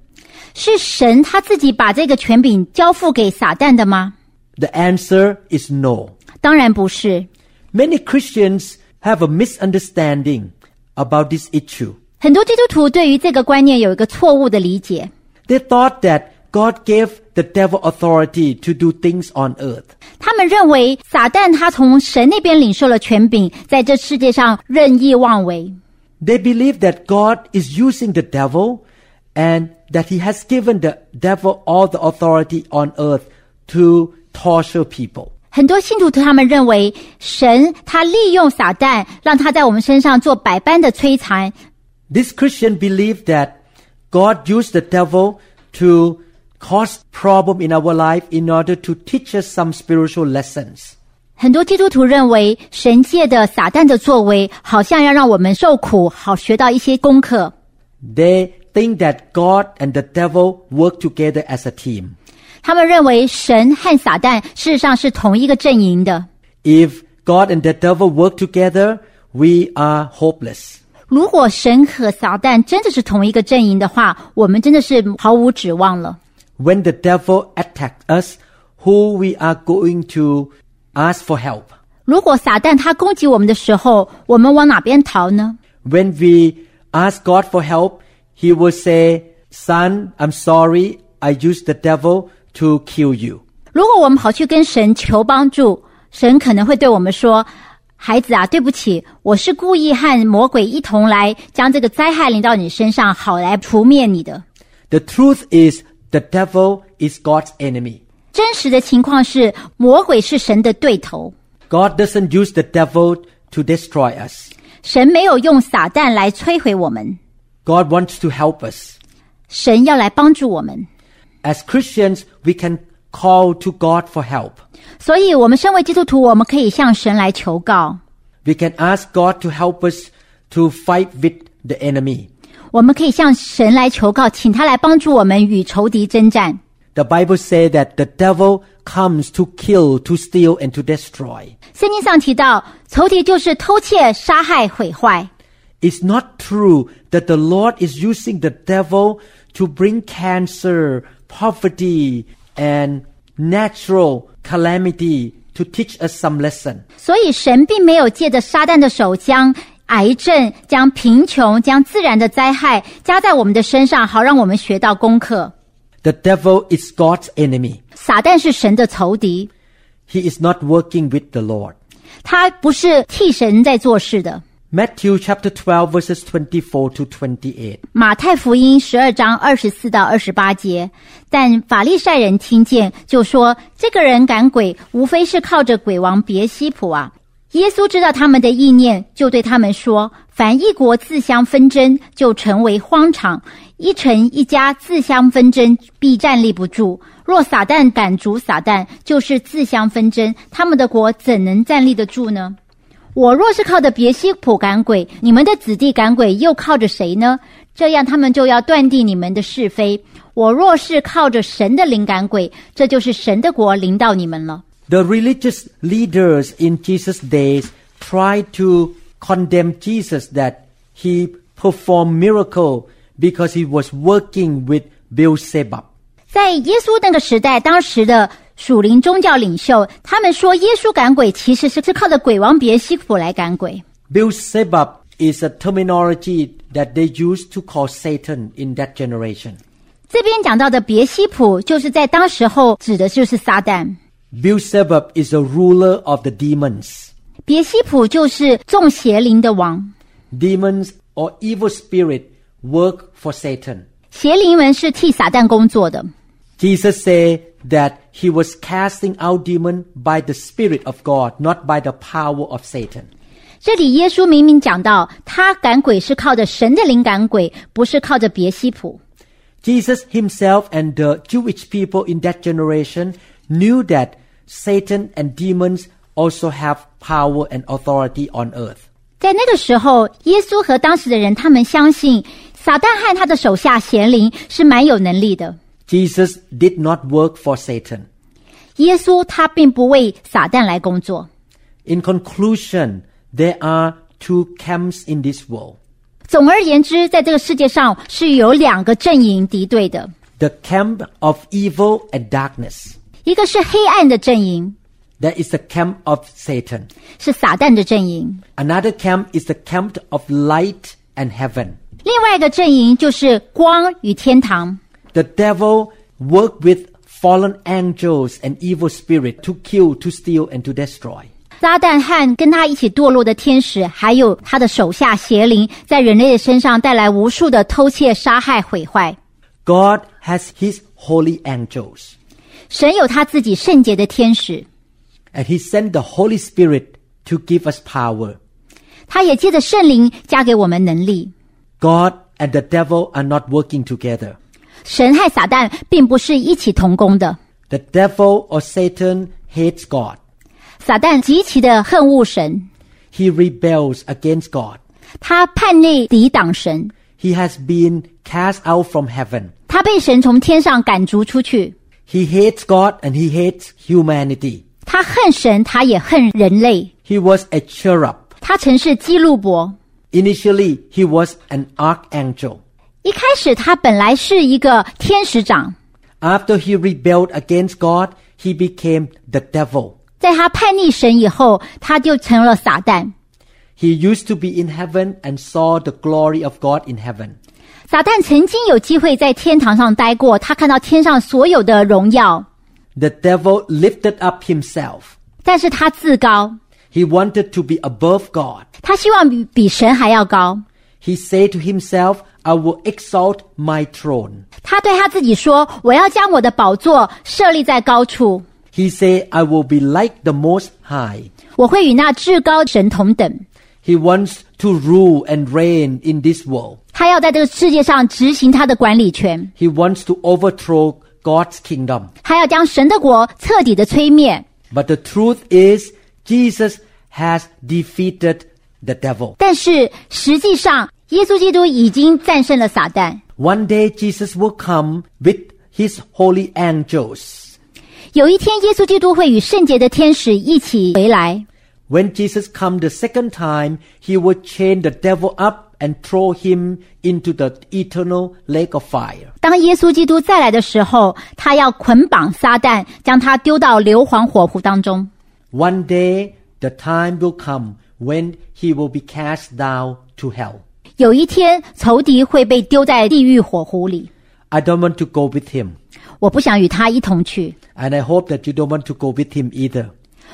是神他自己把这个权柄交付给撒旦的吗？ The answer is no. 当然不是。 Many Christians have a misunderstanding about this issue. 很多基督徒对于这个观念有一个错误的理解， They thought that God gave the devil authority to do things on earth. 他们认为撒旦他从神那边领受了权柄，在这世界上任意妄为。 They believe that God is using the devil and that he has given the devil all the authority on earth to torture people. 很多信徒他们认为神他利用撒旦，让他在我们身上做百般的摧残， This Christian believe that God used the devil to cause problem in our life in order to teach us some spiritual lessons. 很多基督徒认为，神界的撒旦的作为，好像要让我们受苦，好学到一些功课。 They think that God and the devil work together as a team. 他们认为神和撒旦事实上是同一个阵营的。 If God and the devil work together, we are hopeless. 如果神和撒旦真的是同一个阵营的话，我们真的是毫无指望了。 When the devil attacks us, who we are going to ask for help? 如果撒旦他攻击我们的时候，我们往哪边逃呢？ When we ask God for help, He will say, Son, I'm sorry, I used the devil to kill you. 如果我们跑去跟神求帮助，神可能会对我们说：“孩子啊，对不起，我是故意和魔鬼一同来将这个灾害临到你身上，好来除灭你的。 The truth is, the devil is God's enemy. ”真实的情况是，魔鬼是神的对头， God doesn't use the devil to destroy us. 神没有用撒旦来摧毁我们， God wants to help us. 神要来帮助我们。 As Christians, we can call to God for help. 所以，我们身为基督徒，我们可以向神来求告， We can ask God to help us to fight with the enemy. 我们可以向神来求告，请他来帮助我们与仇敌征战。 The Bible says that the devil comes to kill, to steal, and to destroy. 圣经上提到，仇敌就是偷窃、杀害、毁坏。 It's not true that the Lord is using the devil to bring cancer, poverty, and natural calamity to teach us some lesson. 所以，神并没有借着撒旦的手将癌症、将贫穷、将自然的灾害加在我们的身上，好让我们学到功课。 The devil is God's enemy. 撒旦是神的仇敌， He is not working with the Lord. 他不是替神在做事的。 Matthew chapter 12 verses 24 to 28. 马太福音十二章二十四到二十八节，但法利赛人听见，就说：“这个人赶鬼，无非是靠着鬼王别西卜啊。”耶稣知道他们的意念，就对他们说：“凡一国自相纷争，就成为荒场；一城一家自相纷争，必站立不住。若撒旦赶逐撒旦，就是自相纷争，他们的国怎能站立得住呢？”我若是靠着别西卜赶鬼，你们的子弟赶鬼又靠着谁呢？这样他们就要断定你们的是非。我若是靠着神的灵赶鬼，这就是神的国临到你们了。 The religious leaders in Jesus' days tried to condemn Jesus that he performed miracle because he was working with Beelzebub. 在耶稣那个时代，当时的属灵宗教领袖，他们说耶稣赶鬼其实是是靠着鬼王别西卜来赶鬼。 Beelzebub is a terminology that they used to call Satan in that generation. 这边讲到的别西卜，就是在当时候指的就是撒旦。 Beelzebub is a ruler of the demons. 别西卜就是众邪灵的王， Demons or evil spirit work for Satan. 邪灵们是替撒旦工作的。 Jesus said that he was casting out demon by the Spirit of God, not by the power of Satan. 这里耶稣明明讲到，他赶鬼是靠着神的灵赶鬼，不是靠着别西卜。 Jesus himself and the Jewish people in that generation knew that Satan and demons also have power and authority on earth. 在那个时候，耶稣和当时的人，他们相信撒旦和他的手下贤灵是蛮有能力的。 Jesus did not work for Satan. 耶稣他并不为撒旦来工作。 In conclusion, there are two camps in this world. 总而言之，在这个世界上是有两个阵营敌对的， The camp of evil and darkness. 一个是黑暗的阵营， That is the camp of Satan. 是撒旦的阵营； Another camp is the camp of light and heaven. 另外一个阵营就是光与天堂。 The devil worked with fallen angels and evil spirit to kill, to steal, and to destroy. 撒旦和跟他一起堕落的天使，还有他的手下邪灵，在人类的身上带来无数的偷窃、杀害、毁坏。 God has his holy angels, 神有他自己圣洁的天使， and he sent the Holy Spirit to give us power. 他也借着圣灵加给我们能力。 God and the devil are not working together. 神和撒旦并不是一起同工的， The devil or Satan hates God. 撒旦极其的恨恶神， He rebels against God. 他叛逆抵挡神， He has been cast out from heaven. 他被神从天上赶逐出去。 He hates God and he hates humanity. 他恨神，他也恨人类。 He was a cherub. 他曾是基路伯， Initially, he was an archangel. 一开始他本来是一个天使长， After he rebelled against God, he became the devil. 在他叛逆神以后，他就成了撒旦。 He used to be in heaven and saw the glory of God in heaven. 撒旦曾经有机会在天堂上待过，他看到天上所有的荣耀， The devil lifted up himself. 但是他自高， He wanted to be above God. 他希望比比神还要高。 He said to himself, I will exalt my throne. 他对他自己说：“我要将我的宝座设立在高处， He said, I will be like the Most High. 我会与那至高神同等。 He wants to rule and reign in this world. ”他要在这个世界上执行他的管理权， He wants to overthrow God's kingdom. 他要将神的国彻底的吹灭。 But the truth is, Jesus has defeated the devil. 但是实际上，耶稣基督已经战胜了撒旦。 One day Jesus will come with his holy angels. 有一天，耶稣基督会与圣洁的天使一起回来。 When Jesus come the second time, he will chain the devil up and throw him into the eternal lake of fire. 当耶稣基督再来的时候，他要捆绑撒旦，将他丢到硫磺火湖当中。 One day the time will come when he will be cast down to hell. 有一天，仇敌会被丢在地狱火湖里。 I don't want to go with him, 我不想与他一同去， and I hope that you don't want to go with him either.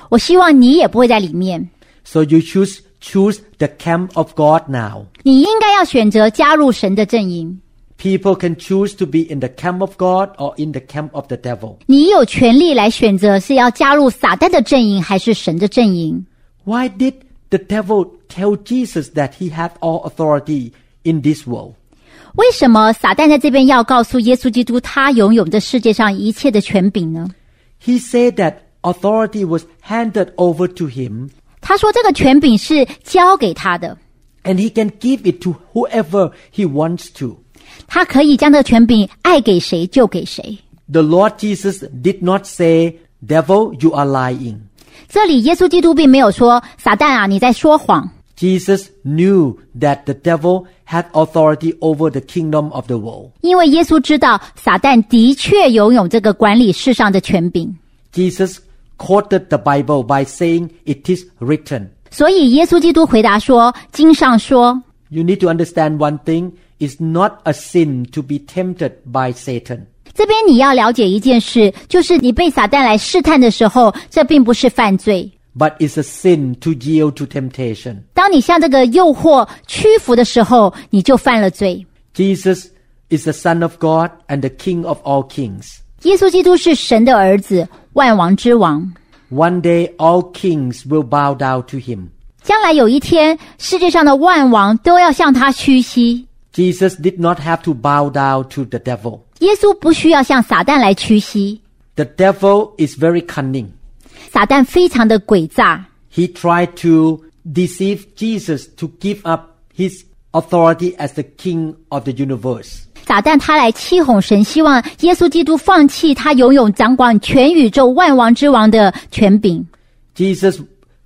我希望你也不会在里面。 So you choose choose the camp of God now. 你应该要选择加入神的阵营。 People can choose to be in the camp of God or in the camp of the devil. 你有权利来选择是要加入撒旦的阵营还是神的阵营。 Why did the devil tell Jesus that he had all authority in this world? 为什么撒旦在这边要告诉耶稣基督他拥有这世界上一切的权柄呢？ He said that authority was handed over to him 他说这个权柄是交给他的， and he can give it to whoever he wants to. 他可以将这个权柄爱给谁就给谁。 The Lord Jesus did not say, Devil, you are lying. 这里耶稣基督并没有说撒旦啊你在说谎， Jesus knew that the devil had authority over the kingdom of the world. 因为耶稣知道撒旦的确拥有这个管理世上的权柄， Jesus quoted the Bible by saying, It is written. 所以耶稣基督回答说：“经上说， You need to understand one thing it's not a sin to be tempted by Satan. 这边你要了解一件事，就是你被撒旦来试探的时候，这并不是犯罪。 But it's a sin to yield to temptation. 当你向这个诱惑屈服的时候，你就犯了罪。 Jesus is the Son of God and the King of all kings. 耶稣基督是神的儿子，万王之王。 One day all kings will bow down to him. 将来有一天，世界上的万王都要向他屈膝。 Jesus did not have to bow down to the devil. 耶稣不需要向撒旦来屈膝， The devil is very cunning. 撒旦非常的诡诈， He tried to deceive Jesus to give up his authority as the king of the universe. 撒旦他来欺哄神，希望耶稣基督放弃他拥有掌管全宇宙万王之王的权柄。 Jesus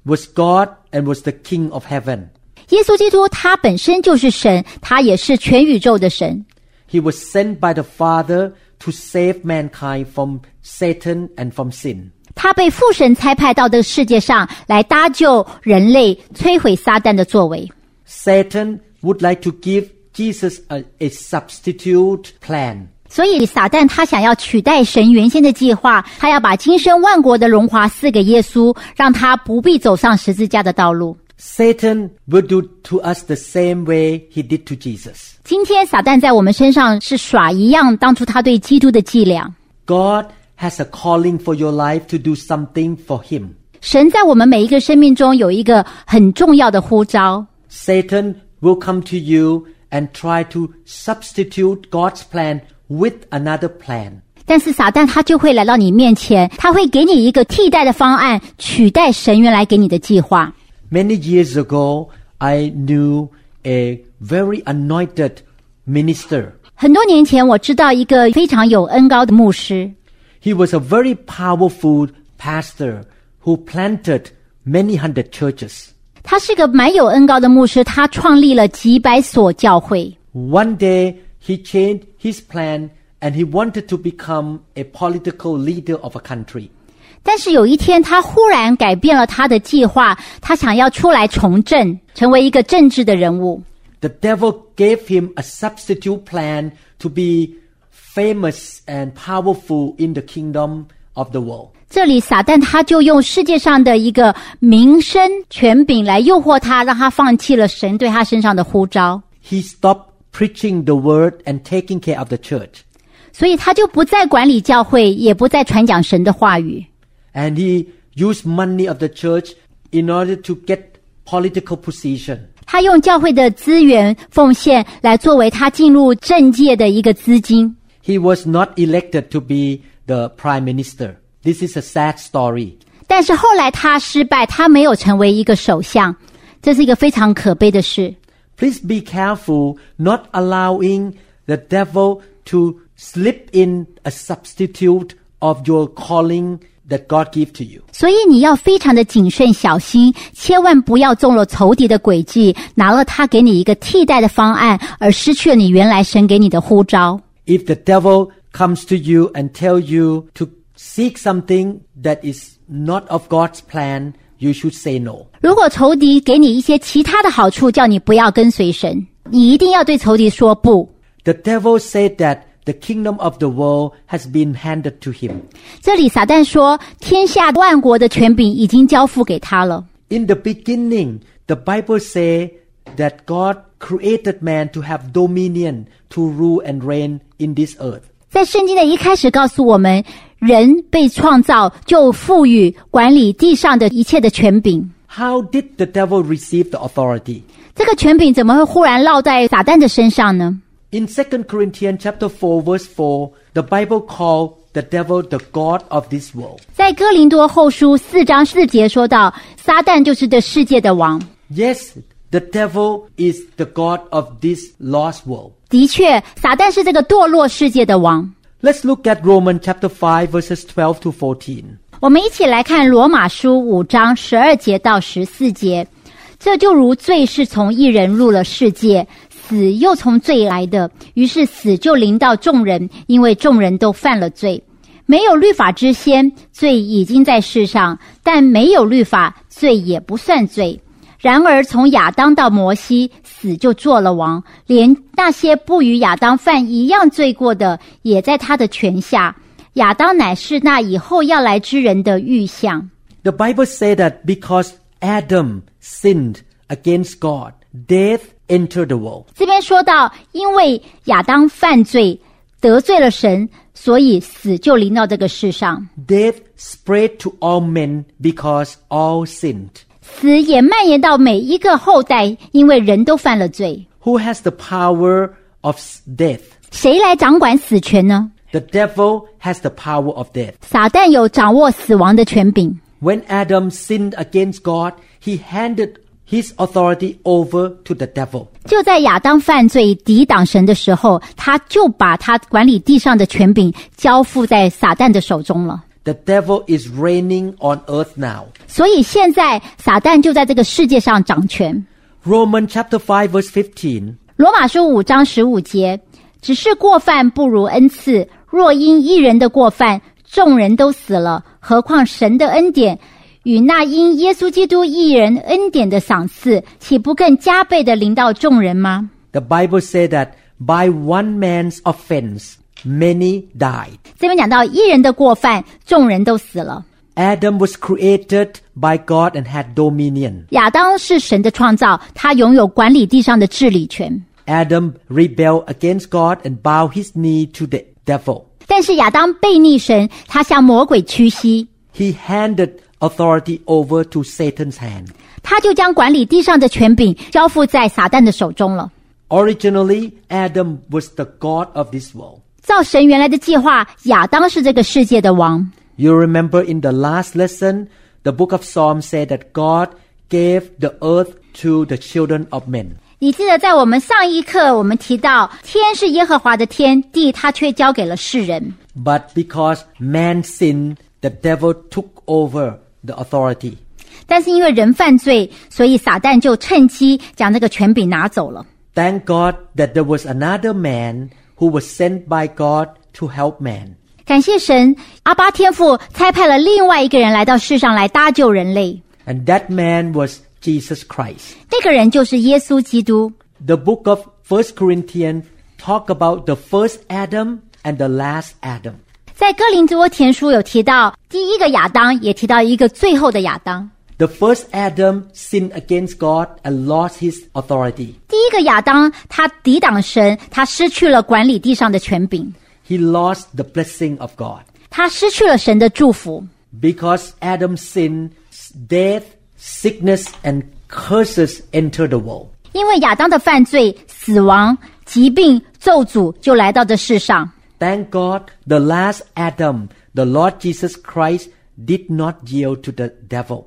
was God and was the king of heaven. 耶稣基督他本身就是神，他也是全宇宙的神。 He was sent by the Father to save mankind from Satan and from sin. 他被父神差派到这个世界上来搭救人类，摧毁撒旦的作为。 Satan would like to give Jesus a, a substitute plan. 所以，撒旦他想要取代神原先的计划，他要把今生万国的荣华赐给耶稣，让他不必走上十字架的道路。 Satan will do to us the same way he did to Jesus. 今天，撒旦在我们身上是耍一样当初他对基督的伎俩。 God has a calling for your life to do something for him. 神在我们每一个生命中有一个很重要的呼召， Satan will come to you and try to substitute God's plan with another plan. 但是撒旦他就会来到你面前，他会给你一个替代的方案，取代神原来给你的计划。 Many years ago, I knew a very anointed minister. 很多年前，我知道一个非常有恩高的牧师， He was a very powerful pastor who planted many hundred churches. 他是个蛮有恩高的牧师，他创立了几百所教会。 One day, he changed his plan and he wanted to become a political leader of a country. 但是有一天，他忽然改变了他的计划，他想要出来从政，成为一个政治的人物。 The devil gave him a substitute plan to be famous and powerful in the kingdom of the world. 这里，撒旦他就用世界上的一个名声权柄来诱惑他，让他放弃了神对他身上的呼召， He stopped preaching the word and taking care of the church. 所以他就不再管理教会，也不再传讲神的话语。 And he used money of the church in order to get political position. 他用教会的资源奉献来作为他进入政界的一个资金。 He was not elected to be the prime minister. This is a sad story. 但是后来他失败，他没有成为一个首相，这是一个非常可悲的事。 Please be careful not allowing the devil to slip in a substitute of your calling that God gave to you. 所以你要非常的谨慎小心，千万不要中了仇敌的诡计，拿了他给你一个替代的方案，而失去了你原来神给你的呼召。 If the devil comes to you and tell you to seek something that is not of God's plan, you should say no. 如果仇敌给你一些其他的好处，叫你不要跟随神，你一定要对仇敌说不。 The devil said that the kingdom of the world has been handed to him. 这里撒旦说，天下万国的权柄已经交付给他了。 In the beginning, the Bible say that God created man to have dominion to rule and reign in this earth. 在圣经的一开始告诉我们，人被创造就赋予管理地上的一切的权柄。 How did the devil receive the authority? 这个权柄怎么会忽然落在撒旦的身上呢？ In 2 Corinthians chapter 4 verse 4, the Bible called the devil the god of this world. 在哥林多后书四章四节说到，撒旦就是这世界的王。 Yes, the devil is the god of this lost world. 的确，撒旦是这个堕落世界的王。 Let's look at Romans chapter 5 verses 12 to 14. 我们一起来看罗马书五章十二节到十四节。这就如罪是从一人入了世界，死又从罪来的，于是死就临到众人，因为众人都犯了罪。没有律法之先，罪已经在世上；但没有律法，罪也不算罪。然而从亚当到摩西，死就做了王，连那些不与亚当犯一样罪过的，也在他的权下。亚当乃是那以后要来之人的预象。 The Bible say that because Adam sinned against God, death entered the world. 这边说到，因为亚当犯罪得罪了神，所以死就临到这个世上， Death spread to all men because all sinned. 死也蔓延到每一个后代，因为人都犯了罪。 Who has the power of s- death? 谁来掌管死权呢？ The devil has the power of death. 撒旦有掌握死亡的权柄。 When Adam sinned against God, he handed his authority over to the devil. 就在亚当犯罪抵挡神的时候，他就把他管理地上的权柄交付在撒旦的手中了。 The devil is reigning on earth now. 所以现在撒旦就在这个世界上掌权。 Romans chapter 5 verse 15. 罗马书五章十五节，只是过犯不如恩赐，若因一人的过犯，众人都死了，何况神的恩典与那因耶稣基督一人恩典的赏赐，岂不更加倍的临到众人吗？ The Bible says that by one man's offense, many died. 这边讲到一人的过犯，众人都死了。 Adam was created by God and had dominion. 亚当是神的创造，他拥有管理地上的治理权。 Adam rebelled against God and bowed his knee to the devil. 但是亚当背逆神，他向魔鬼屈膝， He handed authority over to Satan's hand. 他就将管理地上的权柄交付在撒旦的手中了。 Originally, Adam was the god of this world. 照神原来的计划，亚当是这个世界的王。 You remember in the last lesson, the book of Psalms said that God gave the earth to the children of men. 你记得在我们上一课，我们提到天是耶和华的天，地他却交给了世人。 But because man sinned, the devil took over the authority. 但是因为人犯罪，所以撒旦就趁机将这个权柄拿走了。 Thank God that there was another man who was sent by God to help man. 感谢神，阿巴天父差派了另外一个人来到世上来搭救人类。 And that man was Jesus Christ. 那个人就是耶稣基督。 The book of 1 Corinthians talk about the first Adam and the last Adam. 在哥林多前书有提到第一个亚当，也提到一个最后的亚当。 The first Adam sinned against God and lost his authority. 第一个亚当他抵挡神，他失去了管理地上的权柄， He lost the blessing of God. 他失去了神的祝福。 Because Adam sinned, death, sickness, and curses entered the world. 因为亚当的犯罪、死亡、疾病、咒诅就来到这世上。 Thank God, the last Adam, the Lord Jesus Christ, did not yield to the devil.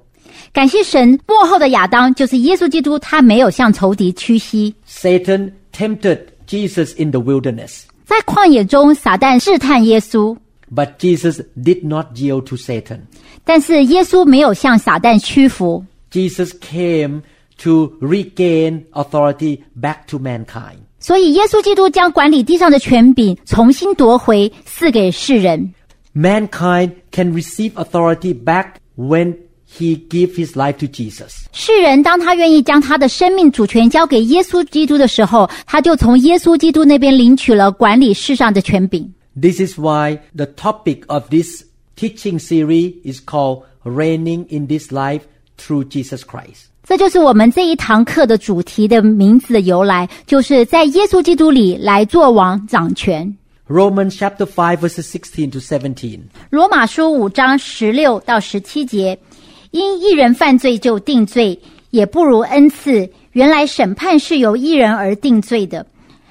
感谢神，幕后的亚当就是耶稣基督，他没有向仇敌屈膝。 Satan tempted Jesus in the wilderness. 在旷野中，撒旦试探耶稣， But Jesus did not yield to Satan. 但是耶稣没有向撒旦屈服。 Jesus came to regain authority back to mankind. 所以，耶稣基督将管理地上的权柄重新夺回，赐给世人。 Mankind can receive authority back when he give his life to Jesus. 世人当他愿意将他的生命主权交给耶稣基督的时候，他就从耶稣基督那边领取了管理世上的权柄。 This is why the topic of this teaching series is called reigning in this life through Jesus Christ. 这就是我们这一堂课的主题的名字的由来，就是在耶稣基督里来做王掌权。 Romans chapter 5 verses 16 to 17. 罗马书五章十六到十七节，因一人犯罪就定罪，也不如恩赐。原来审判是由一人而定罪的，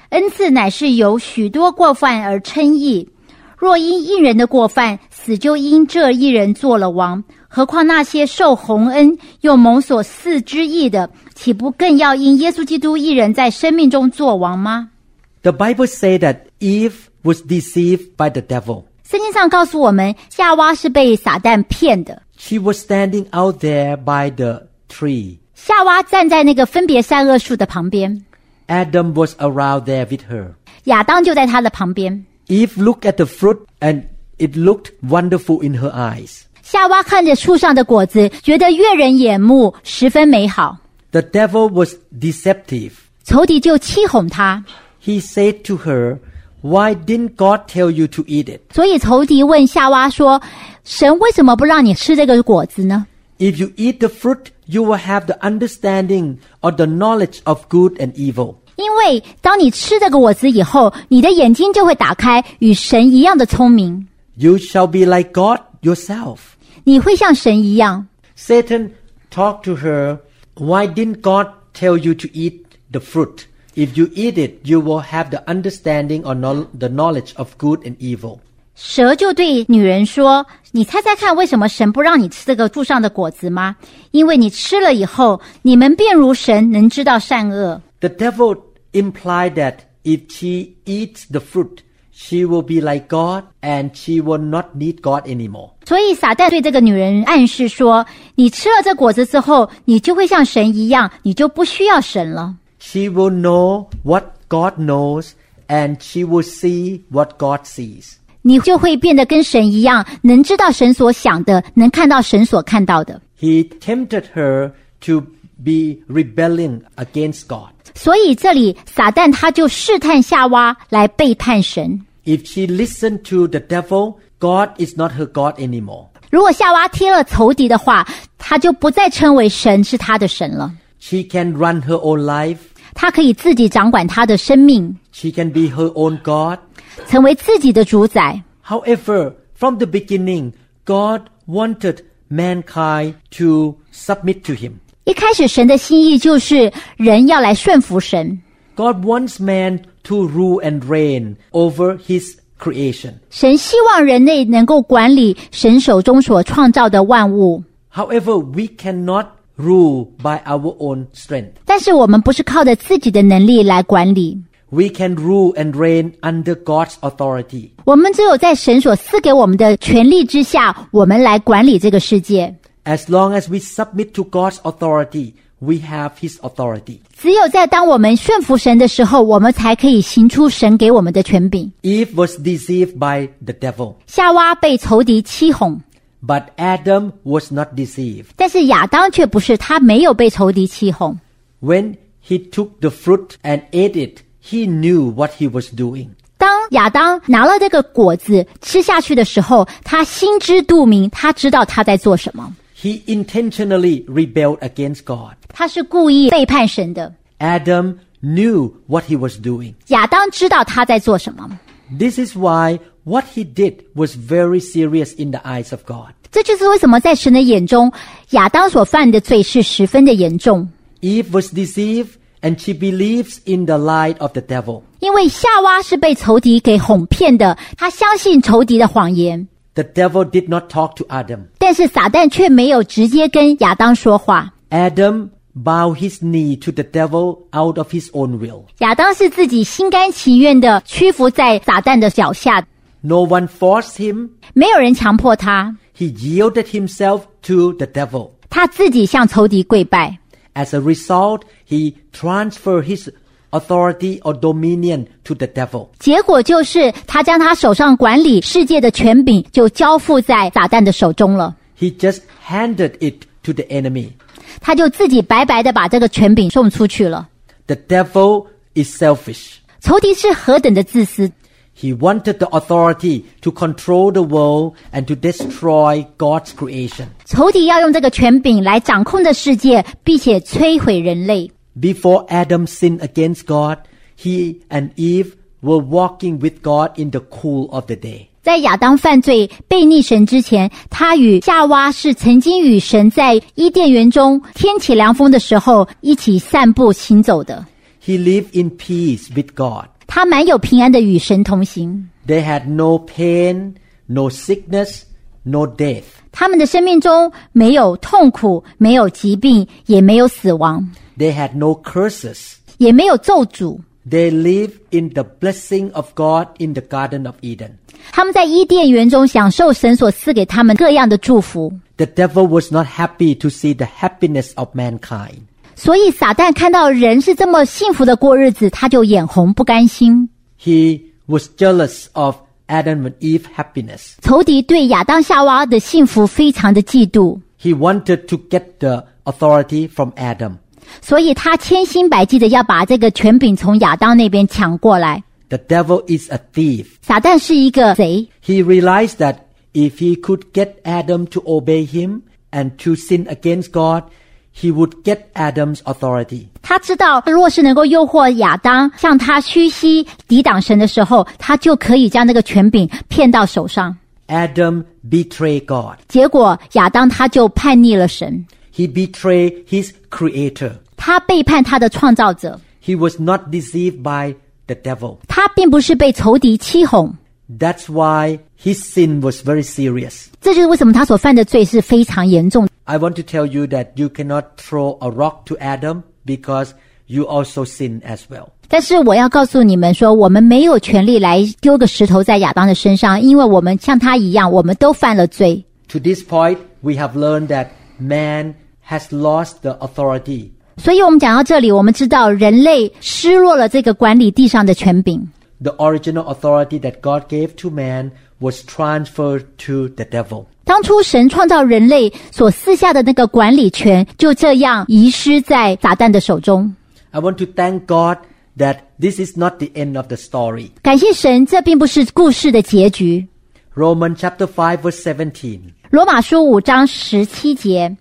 恩赐乃是由许多过犯而称义。若因一人的过犯，死就因这一人做了王，何况那些受洪恩又蒙所赐之义的，岂不更要因耶稣基督一人在生命中做王吗？ The Bible say that Eve was deceived by the devil. 圣经上告诉我们，夏娃是被撒旦骗的。 She was standing out there by the tree. 夏娃站在那个分别善恶树的旁边， Adam was around there with her. 亚当就在他的旁边。 Eve looked at the fruit and it looked wonderful in her eyes. 夏娃看着树上的果子，觉得悦人眼目，十分美好。 The devil was deceptive. 仇敌就欺哄他， He said to her, Why didn't God tell you to eat it? 所以仇敌问夏娃说：“神为什么不让你吃这个果子呢？ If you eat the fruit, you will have the understanding or the knowledge of good and evil. 因为当你吃这个果子以后，你的眼睛就会打开，与神一样的聪明， You shall be like God yourself. 你会像神一样。 Satan talked to her, Why didn't God tell you to eat the fruit? If you eat it, you will have the understanding or knowl- the knowledge of good and evil. ”蛇就对女人说：“你猜猜看，为什么神不让你吃这个树上的果子吗？因为你吃了以后，你们便如神，能知道善恶。 The devil implied that if she eats the fruit, she will be like God and she will not need God anymore. 所以撒旦对这个女人暗示说：你吃了这果子之后，你就会像神一样，你就不需要神了。 She will know what God knows and she will see what God sees. 你就会变得跟神一样，能知道神所想的，能看到神所看到的。 He tempted her to be rebelling against God. 所以这里撒旦他就试探夏娃来背叛神。 If she listened to the devil, God is not her God anymore. 如果夏娃听了仇敌的话，他就不再称为神是他的神了。 She can run her own life. 他可以自己掌管他的生命， She can be her own God. 成为自己的主宰。 However, from the beginning, God wanted mankind to submit to Him. 一开始，神的心意就是人要来顺服神， God wants man to rule and reign over His creation. 神希望人类能够管理神手中所创造的万物。 However, we cannot rule by our own strength. 但是我们不是靠着自己的能力来管理， We can rule and reign under God's authority. 我们只有在神所赐给我们的权利之下，我们来管理这个世界。 As long as we submit to God's authority, we have His authority. 只有在当我们顺服神的时候，我们才可以行出神给我们的权柄。 Eve was deceived by the devil, 夏娃被仇敌欺哄， but Adam was not deceived. 但是亚当却不是，他没有被仇敌欺哄。 When he took the fruit and ate it, he knew what he was doing. 当亚当拿了这个果子吃下去的时候，他心知肚明，他知道他在做什么， He intentionally rebelled against God. 他是故意背叛神的。 Adam knew what he was doing. 亚当知道他在做什么， This is why what he did was very serious in the eyes of God. 这就是为什么在神的眼中，亚当所犯的罪是十分的严重。 Eve was deceived and she believes in the lie of the devil. 因为夏娃是被仇敌给哄骗的，她相信仇敌的谎言， The devil did not talk to Adam. 但是撒旦却没有直接跟亚当说话。 Adam bowed his knee to the devil out of his own will. 亚当是自己心甘情愿的屈服在撒旦的脚下， No one forced him. 没有人强迫他， He yielded himself to the devil. 他自己向仇敌跪拜。 As a result, he transferred his authority or dominion to the devil. 结果就是他将他手上管理世界的权柄就交付在撒旦的手中了， He just handed it to the enemy. 他就自己白白的把这个权柄送出去了。 The devil is selfish. 仇敌是何等的自私， He wanted the authority to control the world and to destroy God's creation. 仇敌要用这个权柄来掌控这世界，并且摧毁人类。 Before Adam sinned against God, he and Eve were walking with God in the cool of the day. 在亚当犯罪被逆神之前，他与夏娃是曾经与神在伊甸园中天起凉风的时候一起散步行走的。 He lived in peace with God. 他满有平安的与神同行， They had no pain, no sickness, no death. 他们的生命中没有痛苦，没有疾病，也没有死亡， They had no curses. 也没有咒诅。 They lived in the blessing of God in the Garden of Eden. 他们在伊甸园中享受神所赐给他们各样的祝福， The devil was not happy to see the happiness of mankind. 所以撒旦看到人是这么幸福的过日子，他就眼红不甘心。 He was jealous of Adam and Eve's happiness. 仇敌对亚当夏娃的幸福非常的嫉妒， He wanted to get the authority from Adam. 所以他千辛百计的要把这个权柄从亚当那边抢过来。 The devil is a thief. 撒旦是一个贼， He realized that if he could get Adam to obey him and to sin against God, he would get Adam's authority. 他知道若是能够诱惑亚当向他屈膝抵挡神的时候，他就可以将那个权柄骗到手上。 Adam betrayed God. 结果亚当他就叛逆了神， He betrayed his creator. 他背叛他的创造者， He was not deceived by the devil. 他并不是被仇敌欺哄。 That's why his sin was very serious. 这就是为什么他所犯的罪是非常严重的。 I want to tell you that you cannot throw a rock to Adam because you also sin as well. 但是我要告诉你们说，我们没有权利来丢个石头在亚当的身上，因为我们像他一样，我们都犯了罪。 To this point, we have learned that man has lost the authority. 所以，我们讲到这里，我们知道人类失落了这个管理地上的权柄。 The original authority that God gave to man was transferred to the devil. 当初神创造人类所赐下的那个管理权，就这样遗失在撒旦的手中。 I want to thank God that this is not the end of the story. 感谢神，这并不是故事的结局。 Romans chapter 5 verse 17. 罗马书五章十七节：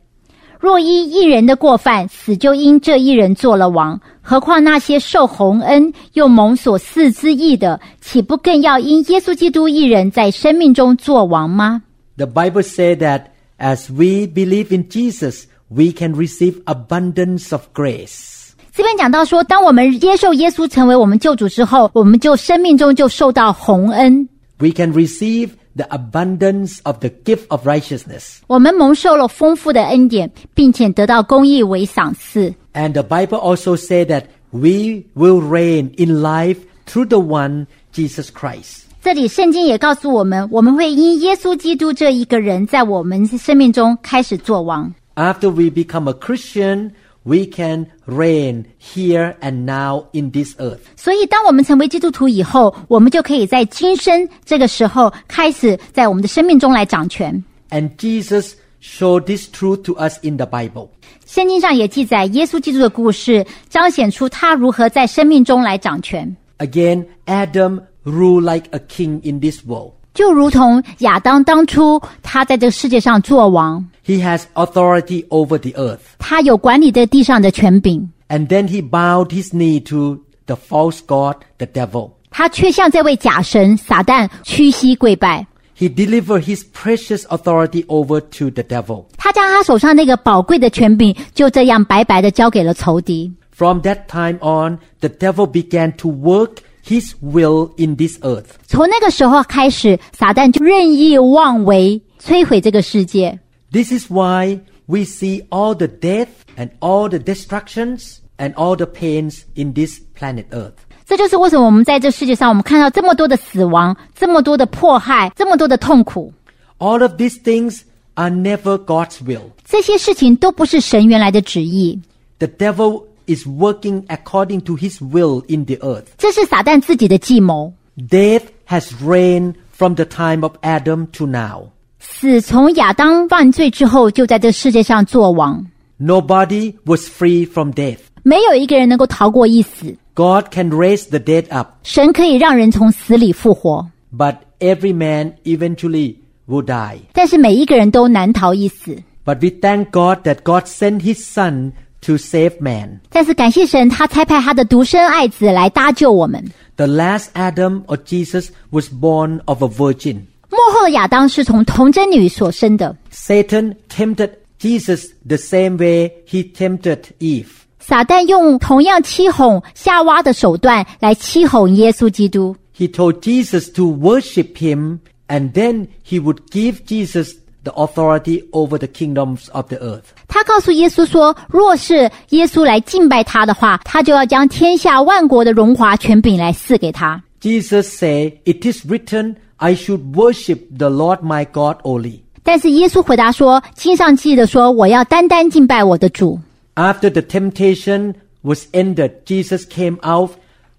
若因一人的过犯，死就因这一人做了王，何况那些受洪恩又蒙所赐之义的，岂不更要因耶稣基督一人在生命中做王吗？ The Bible says that as we believe in Jesus, we can receive abundance of grace. 这边讲到说，当我们接受耶稣成为我们救主之后，我们就生命中就受到洪恩， We can receive the abundance of the gift of righteousness. 我们蒙受了丰富的恩典，并且得到公义为赏赐。 And the Bible also says that we will reign in life through the one Jesus Christ. 这里圣经也告诉我们，我们会因耶稣基督这一个人在我们生命中开始做王。 After we become a Christian, we can reign here and now in this earth. 所以，当我们成为基督徒以后，我们就可以在今生这个时候开始在我们的生命中来掌权。 And Jesus showed this truth to us in the Bible. 圣经上也记载耶稣基督的故事，彰显出他如何在生命中来掌权， Again, Adam ruled like a king in this world. 就如同亚当当初他在这个世界上做王， He has authority over the earth. 他有管理这地上的权柄。 And then he bowed his knee to the false god, the devil. 他却向这位假神撒旦屈膝跪拜， He delivered his precious authority over to the devil. 他将他手上那个宝贵的权柄就这样白白的交给了仇敌。 From that time on, the devil began to work his will in this earth. 从那个时候开始，撒旦就任意妄为，摧毁这个世界。 This is why we see all the death and all the destructions and all the pains in this planet earth. 这就是为什么我们在这世界上，我们看到这么多的死亡，这么多的迫害，这么多的痛苦， All of these things are never God's will. 这些事情都不是神原来的旨意， The devil is working according to his will in the earth. 这是撒旦自己的计谋。 Death has reigned from the time of Adam to now. 死从亚当犯罪之后，就在这世界上作王， Nobody was free from death. 没有一个人能够逃过一死。 God can raise the dead up, 神可以让人从死里复活， but every man eventually will die. 但是每一个人都难逃一死。 But we thank God that God sent his son to save man. 但是感谢神，他差派他的独生爱子来搭救我们。 The last Adam or Jesus was born of a virgin. 幕后的亚当是从童贞女所生的， Satan tempted Jesus the same way he tempted Eve. 撒旦用同样欺哄夏娃的手段来欺哄耶稣基督。 He told Jesus to worship him and then he would give Jesus the authority over the kingdoms of the earth. 他告诉耶稣说，若是耶稣来敬拜他的话，他就要将天下万国的荣华权柄来赐给他。 Jesus said, It is written, I should worship the Lord my God only. 但是耶稣回答说：“经上记得说，我要单单敬拜我的主。 After the temptation was ended, Jesus came out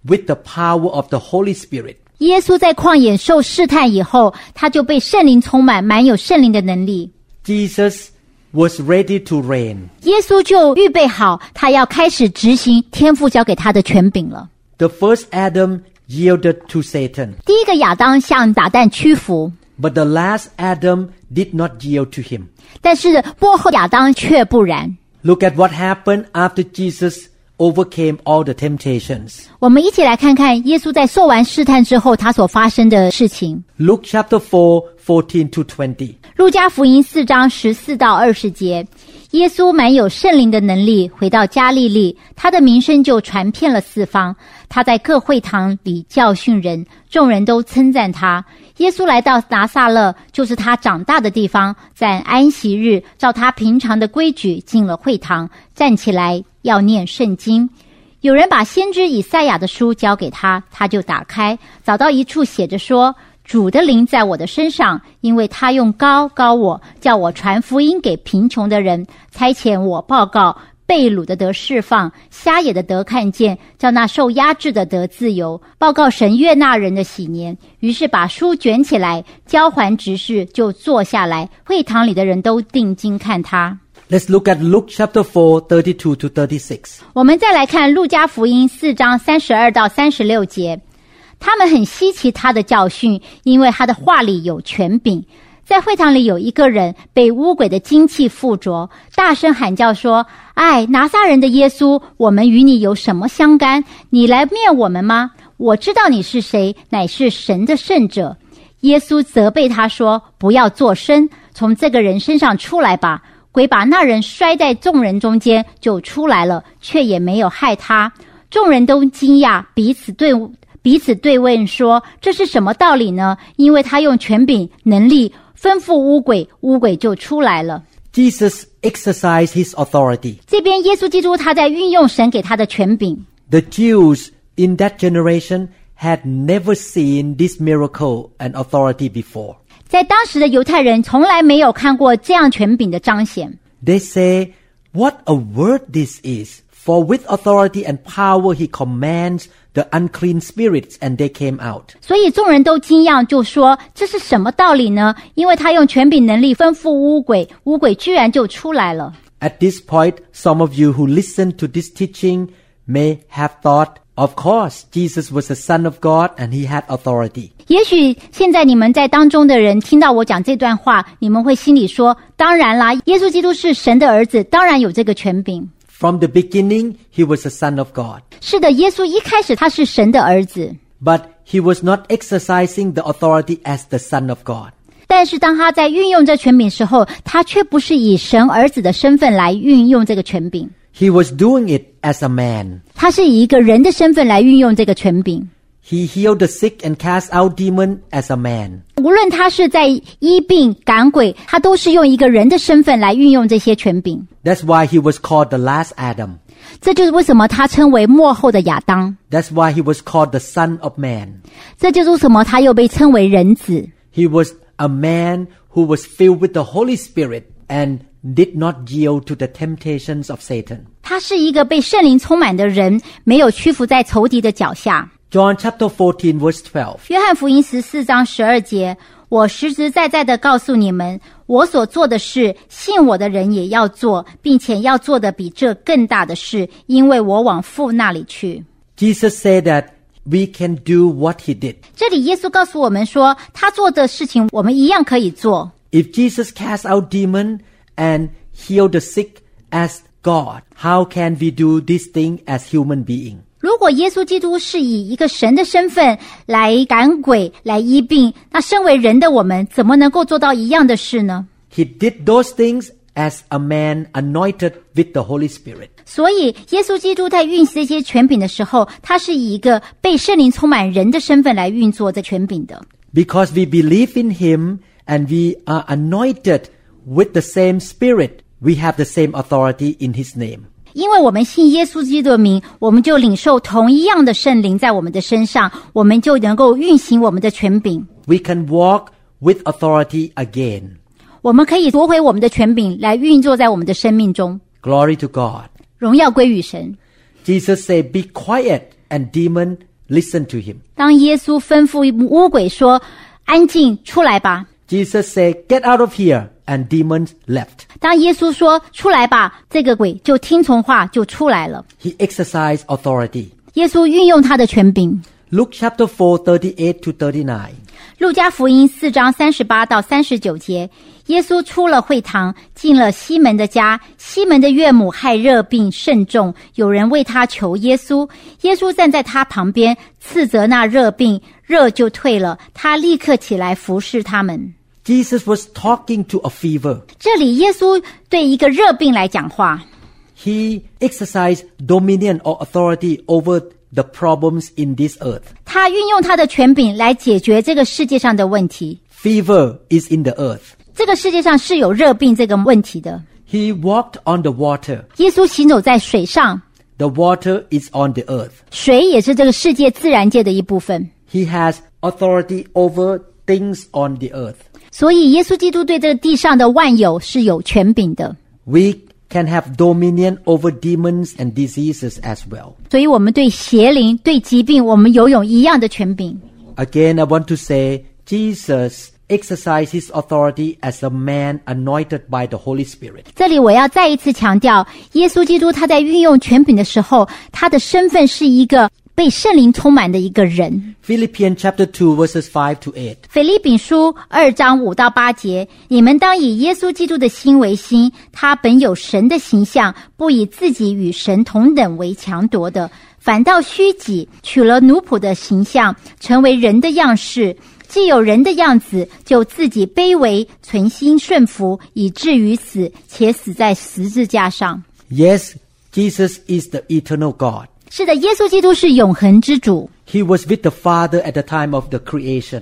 with the power of the Holy Spirit. ”耶稣在旷野受试探以后，他就被圣灵充满，满有圣灵的能力。 Jesus was ready to reign. 耶稣就预备好，他要开始执行天父交给他的权柄了。 The first Adam yielded to Satan, 第一个亚当向撒旦屈服， but the last Adam did not yield to him. 但是幕后亚当却不然。 Look at what happened after Jesus overcame all the temptations. 我们一起来看看耶稣在受完试探之后，他所发生的事情。 Luke chapter 4, 14 to 20. 路加福音四章十四到二十节，耶稣满有圣灵的能力，回到加利利，他的名声就传遍了四方。他在各会堂里教训人，众人都称赞他。耶稣来到拿撒勒，就是他长大的地方，在安息日，照他平常的规矩进了会堂，站起来要念圣经。有人把先知以赛亚的书交给他，他就打开，找到一处写着说：“主的灵在我的身上，因为他用高高我，叫我传福音给贫穷的人，差遣我报告被掳的得释放，瞎眼的得看见，叫那受压制的得自由，报告神悦纳人的喜年。”于是把书卷起来，交还执事，就坐下来。会堂里的人都定睛看他。 Let's look at Luke chapter 4, 32 to 36. 我们再来看《路加福音》四章三十二到三十六节，他们很稀奇他的教训，因为他的话里有权柄。在会堂里有一个人被污鬼的精气附着，大声喊叫说：“哎，拿撒人的耶稣，我们与你有什么相干？你来灭我们吗？我知道你是谁，乃是神的圣者。”耶稣责备他说：“不要作声，从这个人身上出来吧。”鬼把那人摔在众人中间，就出来了，却也没有害他。众人都惊讶，彼此对彼此对问说：“这是什么道理呢？”因为他用权柄能力吩咐乌鬼，乌鬼就出来了。 Jesus exercised his authority. 这边耶稣基督他在运用神给他的权柄， The Jews in that generation had never seen this miracle and authority before. 在当时的犹太人从来没有看过这样权柄的彰显。 They say, What a word this is! For with authority and power he commands the unclean spirits, and they came out. 所以众人都惊讶，就说这是什么道理呢？因为他用权柄能力吩咐乌鬼，乌鬼居然就出来了。 At this point, some of you who listen to this teaching may have thought, of course, Jesus was the Son of God and he had authority. 也许现在你们在当中的人听到我讲这段话，你们会心里说：当然啦，耶稣基督是神的儿子，当然有这个权柄。 From the beginning, he was the Son of God. 是的，耶稣一开始他是神的儿子， But he was not exercising the authority as the Son of God. 但是当他在运用这权柄时候，他却不是以神儿子的身份来运用这个权柄， He was doing it as a man. 他是以一个人的身份来运用这个权柄。 He healed the sick and cast out demon as a man. 无论他是在医病、赶鬼，他都是用一个人的身份来运用这些权柄。 That's why he was called the last Adam. 这就是为什么他称为幕后的亚当， That's why he was called the son of man. 这就是为什么他又被称为人子。 He was a man who was filled with the Holy Spirit and did not yield to the temptations of Satan. 他是一个被圣灵充满的人，没有屈服在仇敌的脚下。 John chapter 14 verse 12. 约翰福音十四章十二节：“我实实在在的告诉你们，我所做的事，信我的人也要做，并且要做的比这更大的事，因为我往父那里去。 Jesus said that we can do what he did. ”这里耶稣告诉我们说，他做的事情我们一样可以做。 If Jesus cast out demon and healed the sick as God, how can we do this thing as human being? 如果耶稣基督是以一个神的身份来赶鬼、来医病，那身为人的我们怎么能够做到一样的事呢？ He did those things as a man anointed with the Holy Spirit. 所以，耶稣基督在运行这些权柄的时候，他是以一个被圣灵充满人的身份来运作这权柄的。 Because we believe in him and we are anointed with the same spirit, we have the same authority in his name. 因为我们信耶稣基督的名，我们就领受同一样的圣灵在我们的身上，我们就能够运行我们的权柄。 We can walk with authority again. 我们可以夺回我们的权柄来运作在我们的生命中， Glory to God. 荣耀归于神。 Jesus said, Be quiet, and demon, listen to him. 当耶稣吩咐乌鬼说：“安静，出来吧。 Jesus said, Get out of here, and demons left. ”当耶稣说“出来吧”，这个鬼就听从话就出来了。 He exercised authority. 耶稣运用他的权柄。 Luke chapter 4, 38 to 39. 路加福音四章三十八到三十九节，耶稣出了会堂，进了西门的家。西门的岳母害热病甚重，有人为他求耶稣。耶稣站在他旁边，斥责那热病，热就退了。他立刻起来服侍他们。 Jesus was talking to a fever. 这里，耶稣对一个热病来讲话， He exercised dominion or authority over the problems in this earth. 他运用他的权柄来解决这个世界上的问题。 Fever is in the earth. 这个世界上是有热病这个问题的。 He walked on the water. 耶稣行走在水上， The water is on the earth. 水也是这个世界自然界的一部分。 He has authority over things on the earth. 所以，耶稣基督对这个地上的万有是有权柄的。 We can have dominion over demons and diseases as well. 所以，我们对邪灵、对疾病，我们拥有一样的权柄。 Again, I want to say Jesus exercised his authority as a man anointed by the Holy Spirit. 这里我要再一次强调，耶稣基督他在运用权柄的时候，他的身份是一个被圣灵充满的一个人。 Philippians chapter 2 verses 5 to 8. 腓立比书二章五到八节：你们当以耶稣基督的心为心，他本有神的形象，不以自己与神同等为强夺的，反倒虚己，取了奴仆的形象，成为人的样式。既有人的样子，就自己卑微，存心顺服，以至于死，且死在十字架上。 Yes, Jesus is the eternal God. 是的，耶稣基督是永恒之主。 He was with the Father at the time of the creation.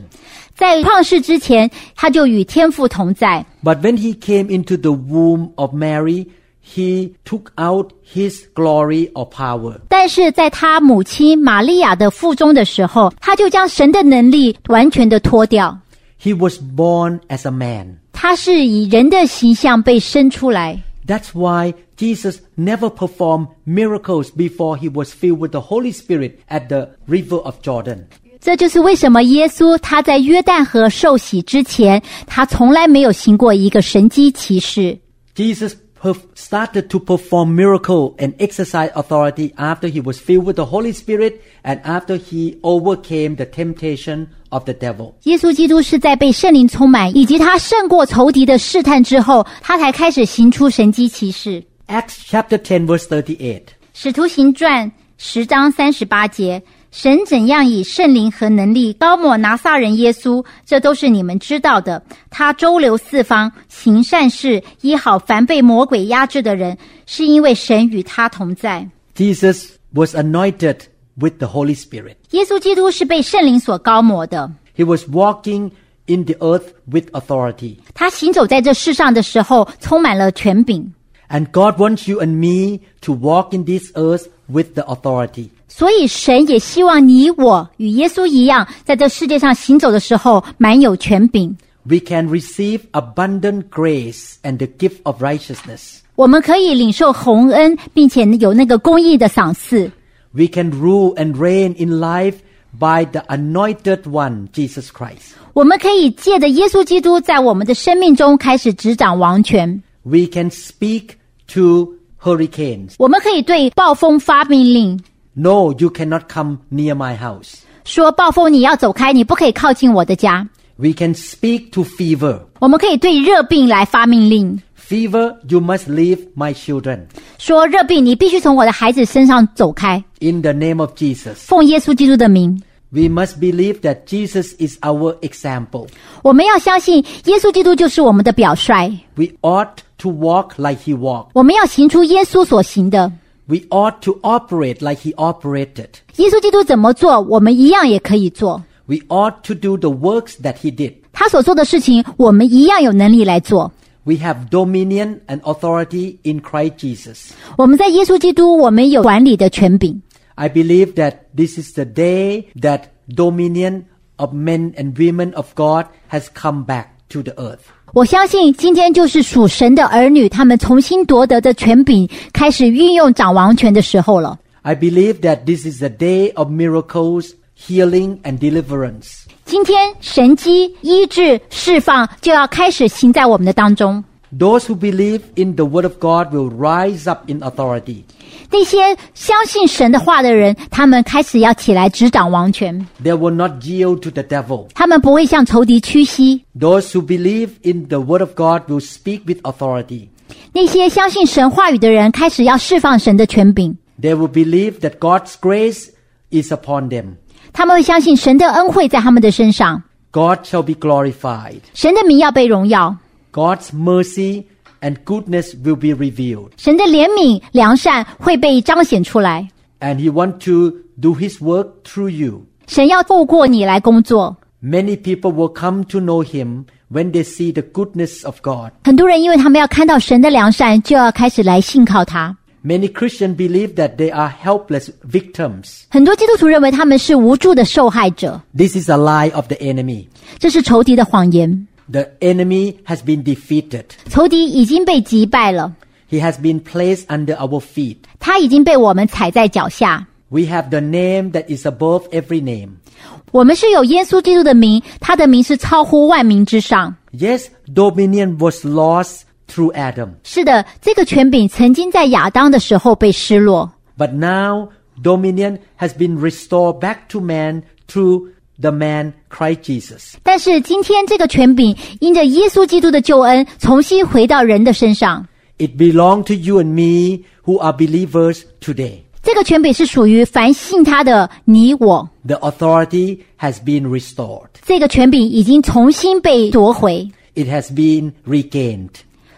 在创世之前，他就与天父同在。 But when he came into the womb of Mary, he took out his glory or power. 但是在他母亲玛利亚的腹中的时候，他就将神的能力完全的脱掉。 He was born as a man. 他是以人的形象被生出来， That's why Jesus never performed miracles before he was filled with the Holy Spirit at the river of Jordan. 这就是为什么耶稣他在约旦河受洗之前，他从来没有行过一个神机骑士。 Jesus perf- started to perform miracle and exercise authority after he was filled with the Holy Spirit and after he overcame the temptation of the devil. 耶稣基督是在被圣灵充满，以及他胜过仇敌的试探之后，他才开始行出神机骑士。 Acts chapter 10 verse 38. 《使徒行传》十章三十八节，神怎样以圣灵和能力高抹拿撒人耶稣，这都是你们知道的。他周流四方，行善事，医好凡被魔鬼压制的人，是因为神与他同在。 Jesus was anointed with the Holy Spirit. 耶稣基督是被圣灵所高抹的， He was walking in the earth with authority. 他行走在这世上的时候，充满了权柄。 And God wants you and me to walk in this earth with the authority. 所以，神也希望你我与耶稣一样，在这世界上行走的时候满有权柄。 We can receive abundant grace and the gift of righteousness. 我们可以领受洪恩，并且有那个公义的赏赐。 We can rule and reign in life by the anointed one, Jesus Christ. 我们可以借着耶稣基督，在我们的生命中开始执掌王权。 We can speak to hurricanes. 我们可以对暴风发命令， No, you cannot come near my house. 说暴风你要走开，你不可以靠近我的家。 We can speak to fever. 我们可以对热病来发命令， Fever, you must leave my children. 说热病你必须从我的孩子身上走开。 In the name of Jesus. 奉耶稣基督的名， We must believe that Jesus is our example. 我们要相信耶稣基督就是我们的表率， We ought to walk like he walked. 我们要行出耶稣所行的。 We ought to operate like he operated. 耶稣基督怎么做，我们一样也可以做。 We ought to do the works that he did. 他所做的事情，我们一样有能力来做。 We have dominion and authority in Christ Jesus. 我们在耶稣基督，我们有管理的权柄。 I believe that this is the day that dominion of men and women of God has come back to the earth. 我相信今天就是属神的儿女，他们重新夺得的权柄，开始运用掌王权的时候了。 I believe that this is the day of miracles, healing, and deliverance. 今天神机医治释放就要开始行在我们的当中。 Those who believe in the word of God will rise up in authority. 那些相信神的话的人，他们开始要起来执掌王权， They will not yield to the devil. 他们不会向仇敌屈膝。 Those who believe in the word of God will speak with authority. 那些相信神话语的人，开始要释放神的权柄， They will believe that God's grace is upon them. 他们会相信神的恩惠在他们的身上， God shall be glorified. 神的名要被荣耀， God's mercy and goodness will be revealed. 神的怜悯良善会被彰显出来。 And He wants to do His work through you. 神要透过你来工作。 Many people will come to know Him when they see the goodness of God. 很多人因为他们要看到神的良善，就要开始来信靠他。 Many Christians believe that they are helpless victims. 很多基督徒认为他们是无助的受害者， This is a lie of the enemy. 这是仇敌的谎言。 The enemy has been defeated. 仇敌已经被击败了， He has been placed under our feet. 他已经被我们踩在脚下。 We have the name that is above every name. 我们是有耶稣基督的名，他的名是超乎万名之上。 Yes, dominion was lost through Adam, 是的，这个权柄曾经在亚当的时候被失落， but now dominion has been restored back to man through the man Christ Jesus. 但是今天这个权柄因着耶稣基督的救恩，重新回到人的身上。 It belongs to you and me who are believers today. 这个权柄是属于凡信他的你我。 The authority has been restored. 这个权柄已经重新被夺回， It has been regained.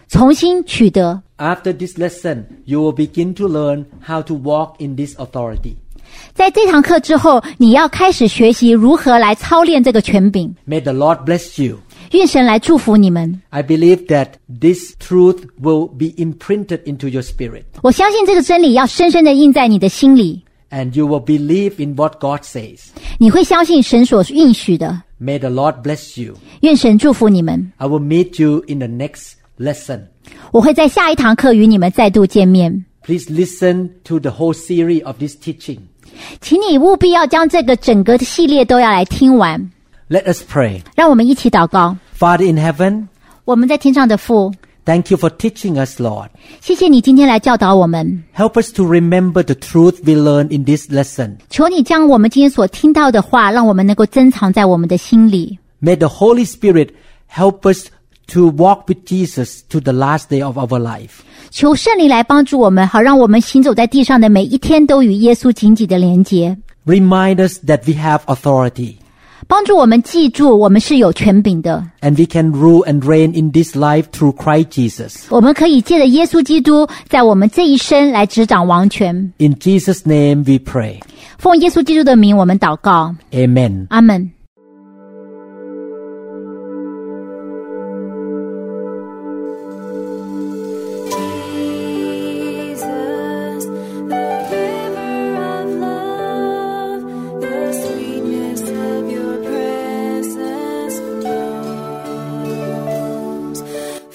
重新取得。 After this lesson, you will begin to learn how to walk in this authority. 在这堂课之后，你要开始学习如何来操练这个权柄。 May the Lord bless you. 愿神来祝福你们。 I believe that this truth will be imprinted into your spirit 我相信这个真理要深深的印在你的心里， and you will believe in what God says. 你会相信神所应许的。 May the Lord bless you. 愿神祝福你们。 I will meet you in the next lesson. 我会在下一堂课与你们再度见面。 Please listen to the whole series of this teaching. 请你务必要将这个整个的系列都要来听完。 Let us pray. 让我们一起祷告。 Father in heaven, 我们在天上的父， thank you for teaching us, Lord. 谢谢你今天来教导我们。 Help us to remember the truth we learned in this lesson. 求你将我们今天所听到的话，让我们能够珍藏在我们的心里。 May the Holy Spirit help us to walk with Jesus to the last day of our life. 求圣灵来帮助我们，好让我们行走在地上的每一天都与耶稣紧紧的连结， Remind us that we have authority. 帮助我们记住我们是有权柄的， and we can rule and reign in this life through Christ Jesus. 我们可以借着耶稣基督在我们这一生来执掌王权。 In Jesus' name we pray. 奉耶稣基督的名，我们祷告， Amen. 阿门。 Jesus, the giver of love, the sweetness of your presence flows.